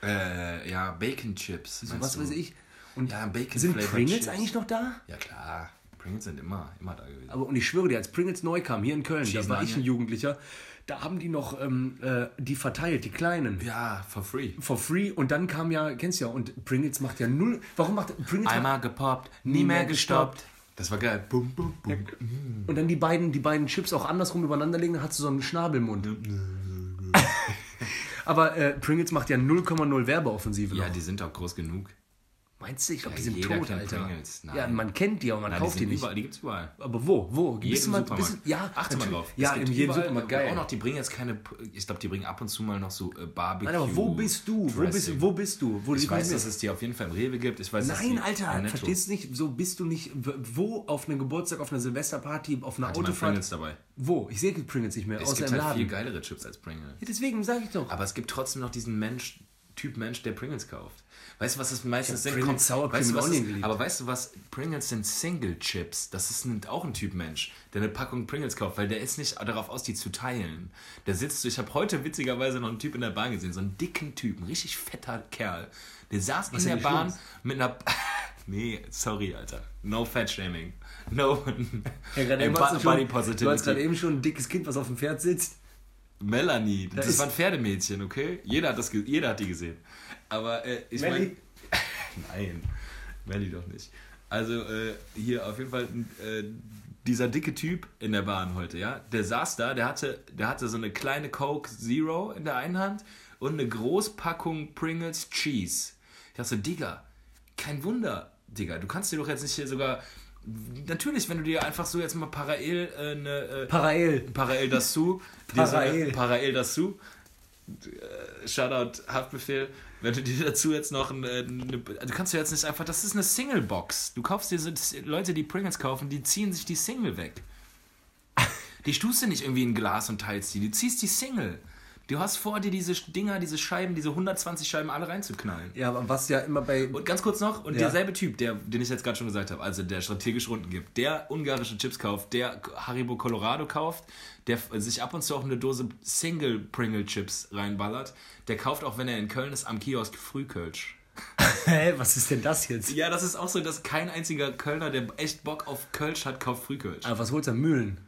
S2: Äh, ja, Bacon Chips.
S3: So was weiß ich. Und
S2: Ja, Bacon
S3: sind
S2: Flavored
S3: Pringles
S2: Chips.
S3: eigentlich noch da?
S2: Ja, klar. Pringles sind immer, immer da gewesen.
S3: Aber und ich schwöre dir, als Pringles neu kam, hier in Köln,
S2: Cheese
S3: da war
S2: Mania.
S3: ich ein Jugendlicher, da haben die noch ähm, äh, die verteilt, die kleinen.
S2: ja, for free.
S3: For free und dann kam ja, kennst du ja, und Pringles macht ja null. Warum macht Pringles macht,
S2: Einmal gepoppt, nie mehr gestoppt. Das war geil. Bum, bum, bum.
S3: und dann die beiden, die beiden Chips auch andersrum übereinander legen, dann hast du so einen Schnabelmund. Aber äh, Pringles macht ja 0,0 Werbeoffensive noch.
S2: Ja, die sind auch groß genug.
S3: Meinst du? Ich glaube, die
S2: Ja,
S3: sind
S2: jeder
S3: tot,
S2: kennt
S3: Alter.
S2: Pringles. Nein.
S3: Ja, man kennt die, aber man
S2: Ja, die,
S3: kauft
S2: sind
S3: die nicht.
S2: überall, die gibt's überall.
S3: Aber wo? Wo? Bist du
S2: Jeden
S3: mal,
S2: Supermarkt.
S3: bist du, ja,
S2: achte mal
S3: natürlich.
S2: drauf.
S3: Ja,
S2: Es gibt
S3: in jedem
S2: überall-
S3: Supermarkt.
S2: Und
S3: Geil.
S2: Auch noch, die bringen jetzt keine, ich glaube, die bringen ab und zu mal noch so äh, Barbecue.
S3: Nein, aber wo bist du? Wo bist,
S2: Dressing.
S3: wo bist du? Wo
S2: Ich weiß, dass es die auf jeden Fall im Rewe gibt. Ich weiß, dass
S3: Nein,
S2: die im
S3: Alter,
S2: Netto-
S3: verstehst du nicht? So bist du nicht. w- Wo? Auf einem Geburtstag, auf einer Silvesterparty, auf einer
S2: Hatte man Pringles
S3: Autofahrt?
S2: dabei.
S3: Wo? Ich sehe Pringles nicht mehr,
S2: Es
S3: außer
S2: gibt
S3: im
S2: halt
S3: Laden.
S2: viel geilere Chips als Pringles.
S3: ja, deswegen sage ich doch.
S2: Aber es gibt trotzdem noch diesen Mensch, Typ Mensch, der Pringles kauft. Weißt du, was das meistens
S3: Ich hab
S2: sind?
S3: Pringles
S2: Kommt-
S3: Sour Cream
S2: weißt du,
S3: mit
S2: was
S3: Onion
S2: das-
S3: geliebt.
S2: Aber weißt du was? Pringles sind Single Chips. Das ist ein, auch ein Typ Mensch, der eine Packung Pringles kauft, weil der ist nicht darauf aus, die zu teilen. Der sitzt, ich habe heute witzigerweise noch einen Typ in der Bahn gesehen, so einen dicken Typen, richtig fetter Kerl. Der saß in
S3: ja
S2: der
S3: nicht
S2: Bahn
S3: schlimm
S2: mit einer. Nee, sorry, Alter. No Fat Shaming. No.
S3: Ja, gerade
S2: Ey,
S3: eben
S2: bo-
S3: hast du schon-
S2: Body
S3: Du hast gerade
S2: Positivity.
S3: eben schon ein dickes Kind, was auf dem Pferd sitzt.
S2: Melanie, das,
S3: ist-
S2: war ein Pferdemädchen, okay? Jeder hat, das ge- jeder hat die gesehen. Aber äh, ich meine.
S3: Melli?
S2: Nein, Melly doch nicht. Also äh, hier auf jeden Fall äh, dieser dicke Typ in der Bahn heute, ja? Der saß da, der hatte, der hatte so eine kleine Coke Zero in der einen Hand und eine Großpackung Pringles Cheese. Ich dachte so, Digga, kein Wunder, Digga, du kannst dir doch jetzt nicht hier sogar. Natürlich, wenn du dir einfach so jetzt mal parallel äh, eine. Äh,
S3: Parallel.
S2: parallel dazu. dir so eine-
S3: Parallel.
S2: Parallel dazu. Äh, Shoutout Haftbefehl. Wenn du dir dazu jetzt noch ein, äh, eine, du kannst dir jetzt nicht einfach, das ist eine Singlebox. Du kaufst dir so, Leute, die Pringles kaufen, die ziehen sich die Single weg. Die stust du nicht irgendwie in ein Glas und teilst die, du ziehst die Single. Du hast vor dir diese Dinger, diese Scheiben, diese 120 Scheiben alle reinzuknallen.
S3: Ja, aber was ja immer bei.
S2: Und ganz kurz noch, und
S3: Ja.
S2: derselbe Typ, der, den ich jetzt gerade schon gesagt habe, also der strategisch Runden gibt, der ungarische Chips kauft, der Haribo Colorado kauft, der f- sich ab und zu auch eine Dose Single Pringle Chips reinballert, der kauft auch, wenn er in Köln ist, am Kiosk Frühkölsch.
S3: Hä, was ist denn das jetzt?
S2: Ja, das ist auch so, dass kein einziger Kölner, der echt Bock auf Kölsch hat, kauft Frühkölsch.
S3: Aber was holst du an Mühlen?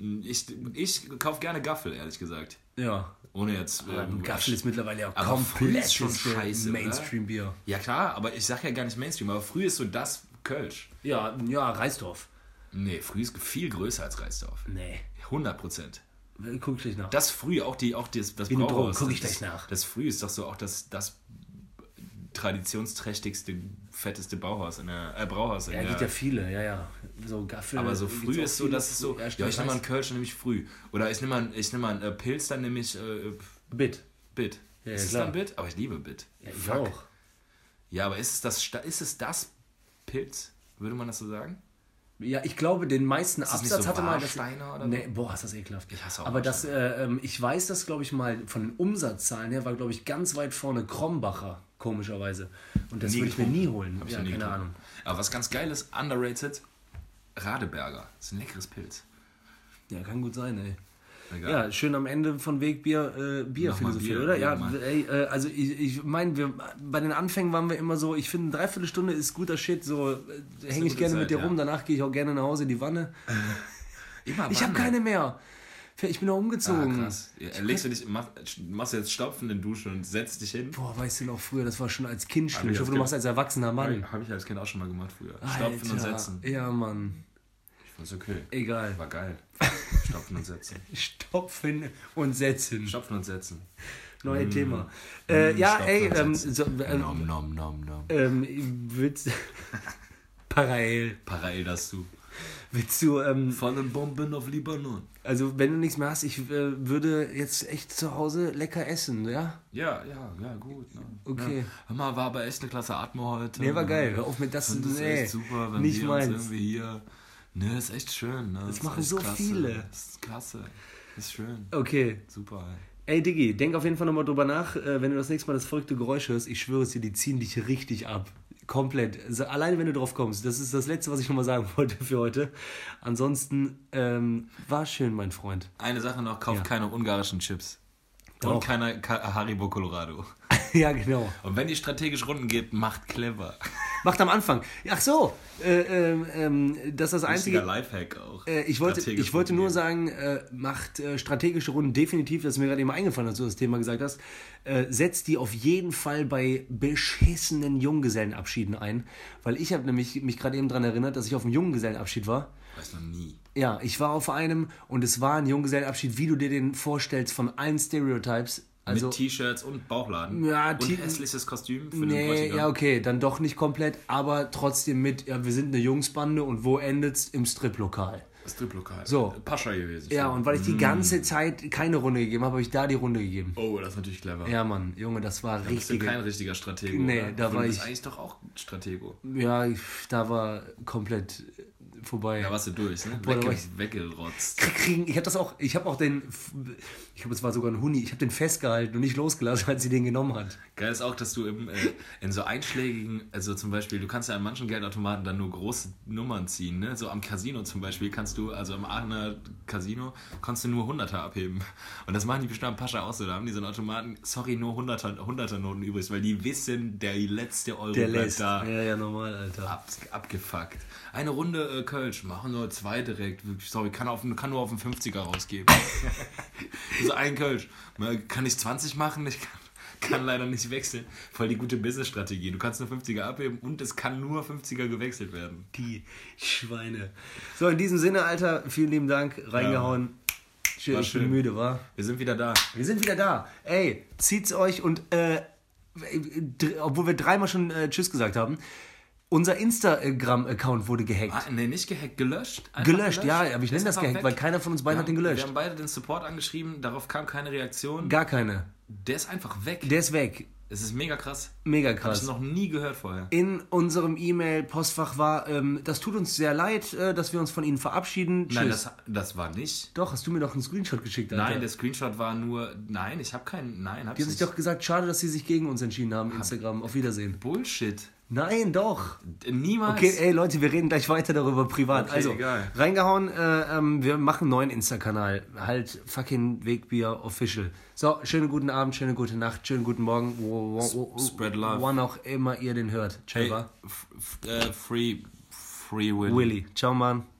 S2: Ähm, Ich, ich kaufe gerne Gaffel, ehrlich gesagt.
S3: Ja.
S2: Ohne jetzt. äh,
S3: Und Gaffel ist mittlerweile ja
S2: Aber früh
S3: komplett
S2: ist schon
S3: das
S2: scheiße, oder?
S3: Mainstream-Bier.
S2: Ja, klar, aber ich sag ja gar nicht Mainstream, aber früh ist so das Kölsch.
S3: Ja, ja, Reisdorf.
S2: Nee, früh ist viel größer als Reisdorf.
S3: Nee.
S2: 100 Prozent.
S3: Guck ich gleich nach.
S2: Das früh, auch, die, auch das, das
S3: Wie eine
S2: Brauhaus,
S3: Droge, guck
S2: das-
S3: ich gleich nach.
S2: Das früh ist doch so auch das, das traditionsträchtigste, fetteste Bauhaus in der, äh, Brauhaus in
S3: ja, gibt ja
S2: der.
S3: viele, ja, ja. So Gaffel.
S2: aber so
S3: gibt's
S2: früh
S3: auch
S2: ist so,
S3: viele.
S2: dass es so. Ja,
S3: stimmt,
S2: ich nehme mal einen
S3: Reis-
S2: Kölsch, dann nehme ich früh. Oder ich nehme mal, einen- ich nehme mal einen äh, Pilz, dann nehme ich äh,
S3: Bit.
S2: Bit.
S3: Ja,
S2: ist
S3: ja,
S2: es
S3: klar.
S2: dann Bit? Aber ich liebe Bit.
S3: Ja, ich
S2: Fuck.
S3: auch.
S2: Ja, aber ist es das, Sta- ist es das Pilz? Würde man das so sagen?
S3: Ja, ich glaube, den meisten
S2: das nicht
S3: Absatz
S2: so
S3: hatte mal. Das,
S2: Warsteiner oder so?
S3: nee, boah, ist das ekelhaft.
S2: Ich hasse auch
S3: Aber das, äh, ähm, ich weiß das, glaube ich, mal von den Umsatzzahlen her, war, glaube ich, ganz weit vorne Krombacher, komischerweise. Und das
S2: Nie
S3: würde ich mir
S2: getrunken.
S3: nie holen.
S2: Hab ich
S3: ja,
S2: noch nie
S3: keine
S2: getrunken.
S3: Ahnung.
S2: Aber was ganz geil ist, underrated, Radeberger. ist ein leckeres Pilz.
S3: Ja, kann gut sein, ey.
S2: Egal.
S3: Ja, schön am Ende von Wegbier, äh, Bierphilosophie,
S2: Bier,
S3: oder? Ja,
S2: ja, Mann.
S3: ey, äh, also ich, ich meine, wir, bei den Anfängen waren wir immer so, ich finde, eine Dreiviertelstunde ist guter Shit, so
S2: eine
S3: hänge ich
S2: gute
S3: gerne mit
S2: Zeit,
S3: dir
S2: ja.
S3: rum, danach gehe ich auch gerne nach Hause in die Wanne.
S2: Immer
S3: Ich habe
S2: Wanne.
S3: keine mehr. Ich bin auch umgezogen.
S2: Ah, krass. Ja, legst du dich, mach, machst du jetzt Stopfen in die Dusche und setzt dich hin?
S3: Boah, weißt du noch früher, das war schon als Kind
S2: ich
S3: schlimm. Ich
S2: als
S3: hoffe, du
S2: Kind-
S3: machst als erwachsener Mann.
S2: Habe ich als Kind auch schon mal gemacht früher. Stopfen und
S3: Alter.
S2: setzen.
S3: Ja, Mann.
S2: Ist okay.
S3: Egal.
S2: War geil. Stopfen und setzen.
S3: Stopfen und setzen.
S2: Stopfen und setzen.
S3: Neues Thema. Äh, ja,
S2: Stopfen
S3: ey,
S2: und
S3: ähm,
S2: setzen. Genau.
S3: so, äh,
S2: Nom, nom, nom, nom.
S3: ähm, willst, parallel,
S2: Parallel dazu.
S3: willst du, ähm,
S2: Fallen Bomben auf Libanon.
S3: also wenn du nichts mehr hast, ich äh, würde jetzt echt zu Hause lecker essen, ja?
S2: Ja, ja, ja, gut. Ne?
S3: Okay.
S2: Ja. Hör mal, war aber echt eine klasse Atmo heute. ne?
S3: Nee, war geil. Hör auf mit das,
S2: Ich finde es
S3: nee,
S2: echt super, wenn
S3: nicht
S2: wir
S3: meins.
S2: uns irgendwie hier. Ne, ist echt schön. Ne? Das,
S3: machen
S2: echt
S3: so viele.
S2: Das ist klasse. Ist schön.
S3: Okay.
S2: Super, ey.
S3: Ey, Diggi, denk auf jeden Fall nochmal drüber nach, äh, wenn du das nächste Mal das verrückte Geräusch hörst. Ich schwöre es dir, die ziehen dich richtig ab. Komplett. Also, alleine, wenn du drauf kommst. Das ist das Letzte, was ich nochmal sagen wollte für heute. Ansonsten, ähm, war schön, mein Freund.
S2: Eine Sache noch: kauf
S3: Ja.
S2: keine ungarischen Chips.
S3: Doch.
S2: Und keine Ka Haribo Colorado.
S3: ja, genau.
S2: Und wenn ihr strategisch Runden geht, macht clever.
S3: Macht am Anfang. Ach so, äh, ähm, ähm, das ist das Einzige.
S2: Einziger Lifehack auch.
S3: Äh, ich wollte,
S2: Strategisch
S3: ich wollte nur
S2: Runden
S3: sagen, äh, macht äh, strategische Runden definitiv, das ist mir gerade eben eingefallen, als du das Thema gesagt hast, äh, setzt die auf jeden Fall bei beschissenen Junggesellenabschieden ein. Weil ich habe nämlich mich gerade eben daran erinnert, dass ich auf einem Junggesellenabschied war.
S2: gehen. Weiß noch nie.
S3: Ja, ich war auf einem und es war ein Junggesellenabschied, wie du dir den vorstellst, von allen Stereotypes. Also,
S2: Mit T-Shirts und Bauchladen.
S3: Ja,
S2: und
S3: T-
S2: hässliches Kostüm für den
S3: Nee,
S2: Bräutigam.
S3: ja, okay, dann doch nicht komplett, aber trotzdem mit, ja, wir sind eine Jungsbande und wo endet's? Im Striplokal.
S2: Striplokal.
S3: So.
S2: Pascha gewesen.
S3: Ja, und weil ich
S2: Mm.
S3: die ganze Zeit keine Runde gegeben habe, habe ich da die Runde gegeben.
S2: Oh, das ist natürlich clever.
S3: Ja, Mann, Junge, das war
S2: Bist du
S3: richtig.
S2: kein richtiger Stratego?
S3: Nee,
S2: oder?
S3: da
S2: du
S3: war
S2: bist
S3: ich-
S2: eigentlich doch auch Stratego.
S3: Ja, ich- da war komplett äh, vorbei.
S2: Da warst du durch, ne?
S3: da war
S2: Wegge
S3: ich-
S2: weggerotzt.
S3: kriegen. Ich habe das auch, ich habe auch den, ich glaube, es war sogar ein Huni, ich habe den festgehalten und nicht losgelassen, als sie den genommen hat.
S2: Geil ist auch, dass du im, äh, in so einschlägigen, also zum Beispiel, du kannst ja an manchen Geldautomaten dann nur große Nummern ziehen, ne? So am Casino zum Beispiel kannst du, also am Aachener Casino, kannst du nur Hunderter abheben. Und das machen die bestimmt am Pascha auch so. Da haben die so einen Automaten, sorry, nur Hunderter, Hunderternoten übrig, weil die wissen, der letzte Euro
S3: Der
S2: bleibt
S3: lässt.
S2: da.
S3: Ja, ja, normal, Alter.
S2: Ab, abgefuckt. Eine Runde äh, Kölsch, machen nur zwei direkt. Sorry, kann, auf, kann nur auf den 50er rausgeben. also ein Kölsch. Mal, Kann ich 20 machen? Ich kann, kann leider nicht wechseln. Voll die gute Business-Strategie. Du kannst nur 50er abheben und es kann nur 50er gewechselt werden.
S3: Die Schweine. So, in diesem Sinne, Alter, vielen lieben Dank, reingehauen. Schön,
S2: War
S3: ich bin
S2: schön.
S3: müde, war.
S2: Wir sind wieder da.
S3: Wir sind wieder da. Ey, zieht's euch und äh, dr- obwohl wir dreimal schon äh, Tschüss gesagt haben, unser Instagram-Account wurde gehackt.
S2: Ah, nee, nicht gehackt, gelöscht. Einfach
S3: Gelöscht, ja, aber ich
S2: Der
S3: nenne
S2: ist
S3: das
S2: einfach
S3: gehackt,
S2: weg.
S3: weil keiner von uns beiden
S2: wir
S3: hat den
S2: haben-
S3: gelöscht.
S2: Wir haben beide den Support angeschrieben, darauf kam keine Reaktion.
S3: Gar keine.
S2: Der ist einfach weg.
S3: Der ist weg.
S2: es ist mega krass.
S3: Mega
S2: Hast
S3: krass.
S2: du noch nie gehört vorher.
S3: In unserem E-Mail-Postfach war, ähm, das tut uns sehr leid, äh, dass wir uns von Ihnen verabschieden. Tschüss.
S2: Nein, das, das war nicht.
S3: doch, hast du mir doch einen Screenshot geschickt, Alter.
S2: Nein, der Screenshot war nur. Nein, ich habe keinen. Nein, hab's
S3: Die haben sich
S2: nicht.
S3: doch gesagt, schade, dass sie sich gegen uns entschieden haben, Instagram. Auf Wiedersehen.
S2: Bullshit.
S3: Nein, doch.
S2: D- Niemals.
S3: Okay, ey Leute, wir reden gleich weiter darüber privat.
S2: Okay,
S3: also,
S2: egal.
S3: reingehauen, äh, ähm, wir machen einen neuen Insta-Kanal. Halt fucking Wegbier Official. So, schönen guten Abend, schöne gute Nacht, schönen guten Morgen. Wo, wo, wo,
S2: spread love.
S3: Wann auch immer ihr den hört. Ciao,
S2: Ey, f- f- äh, free. Free Will.
S3: Willy. Ciao, Mann.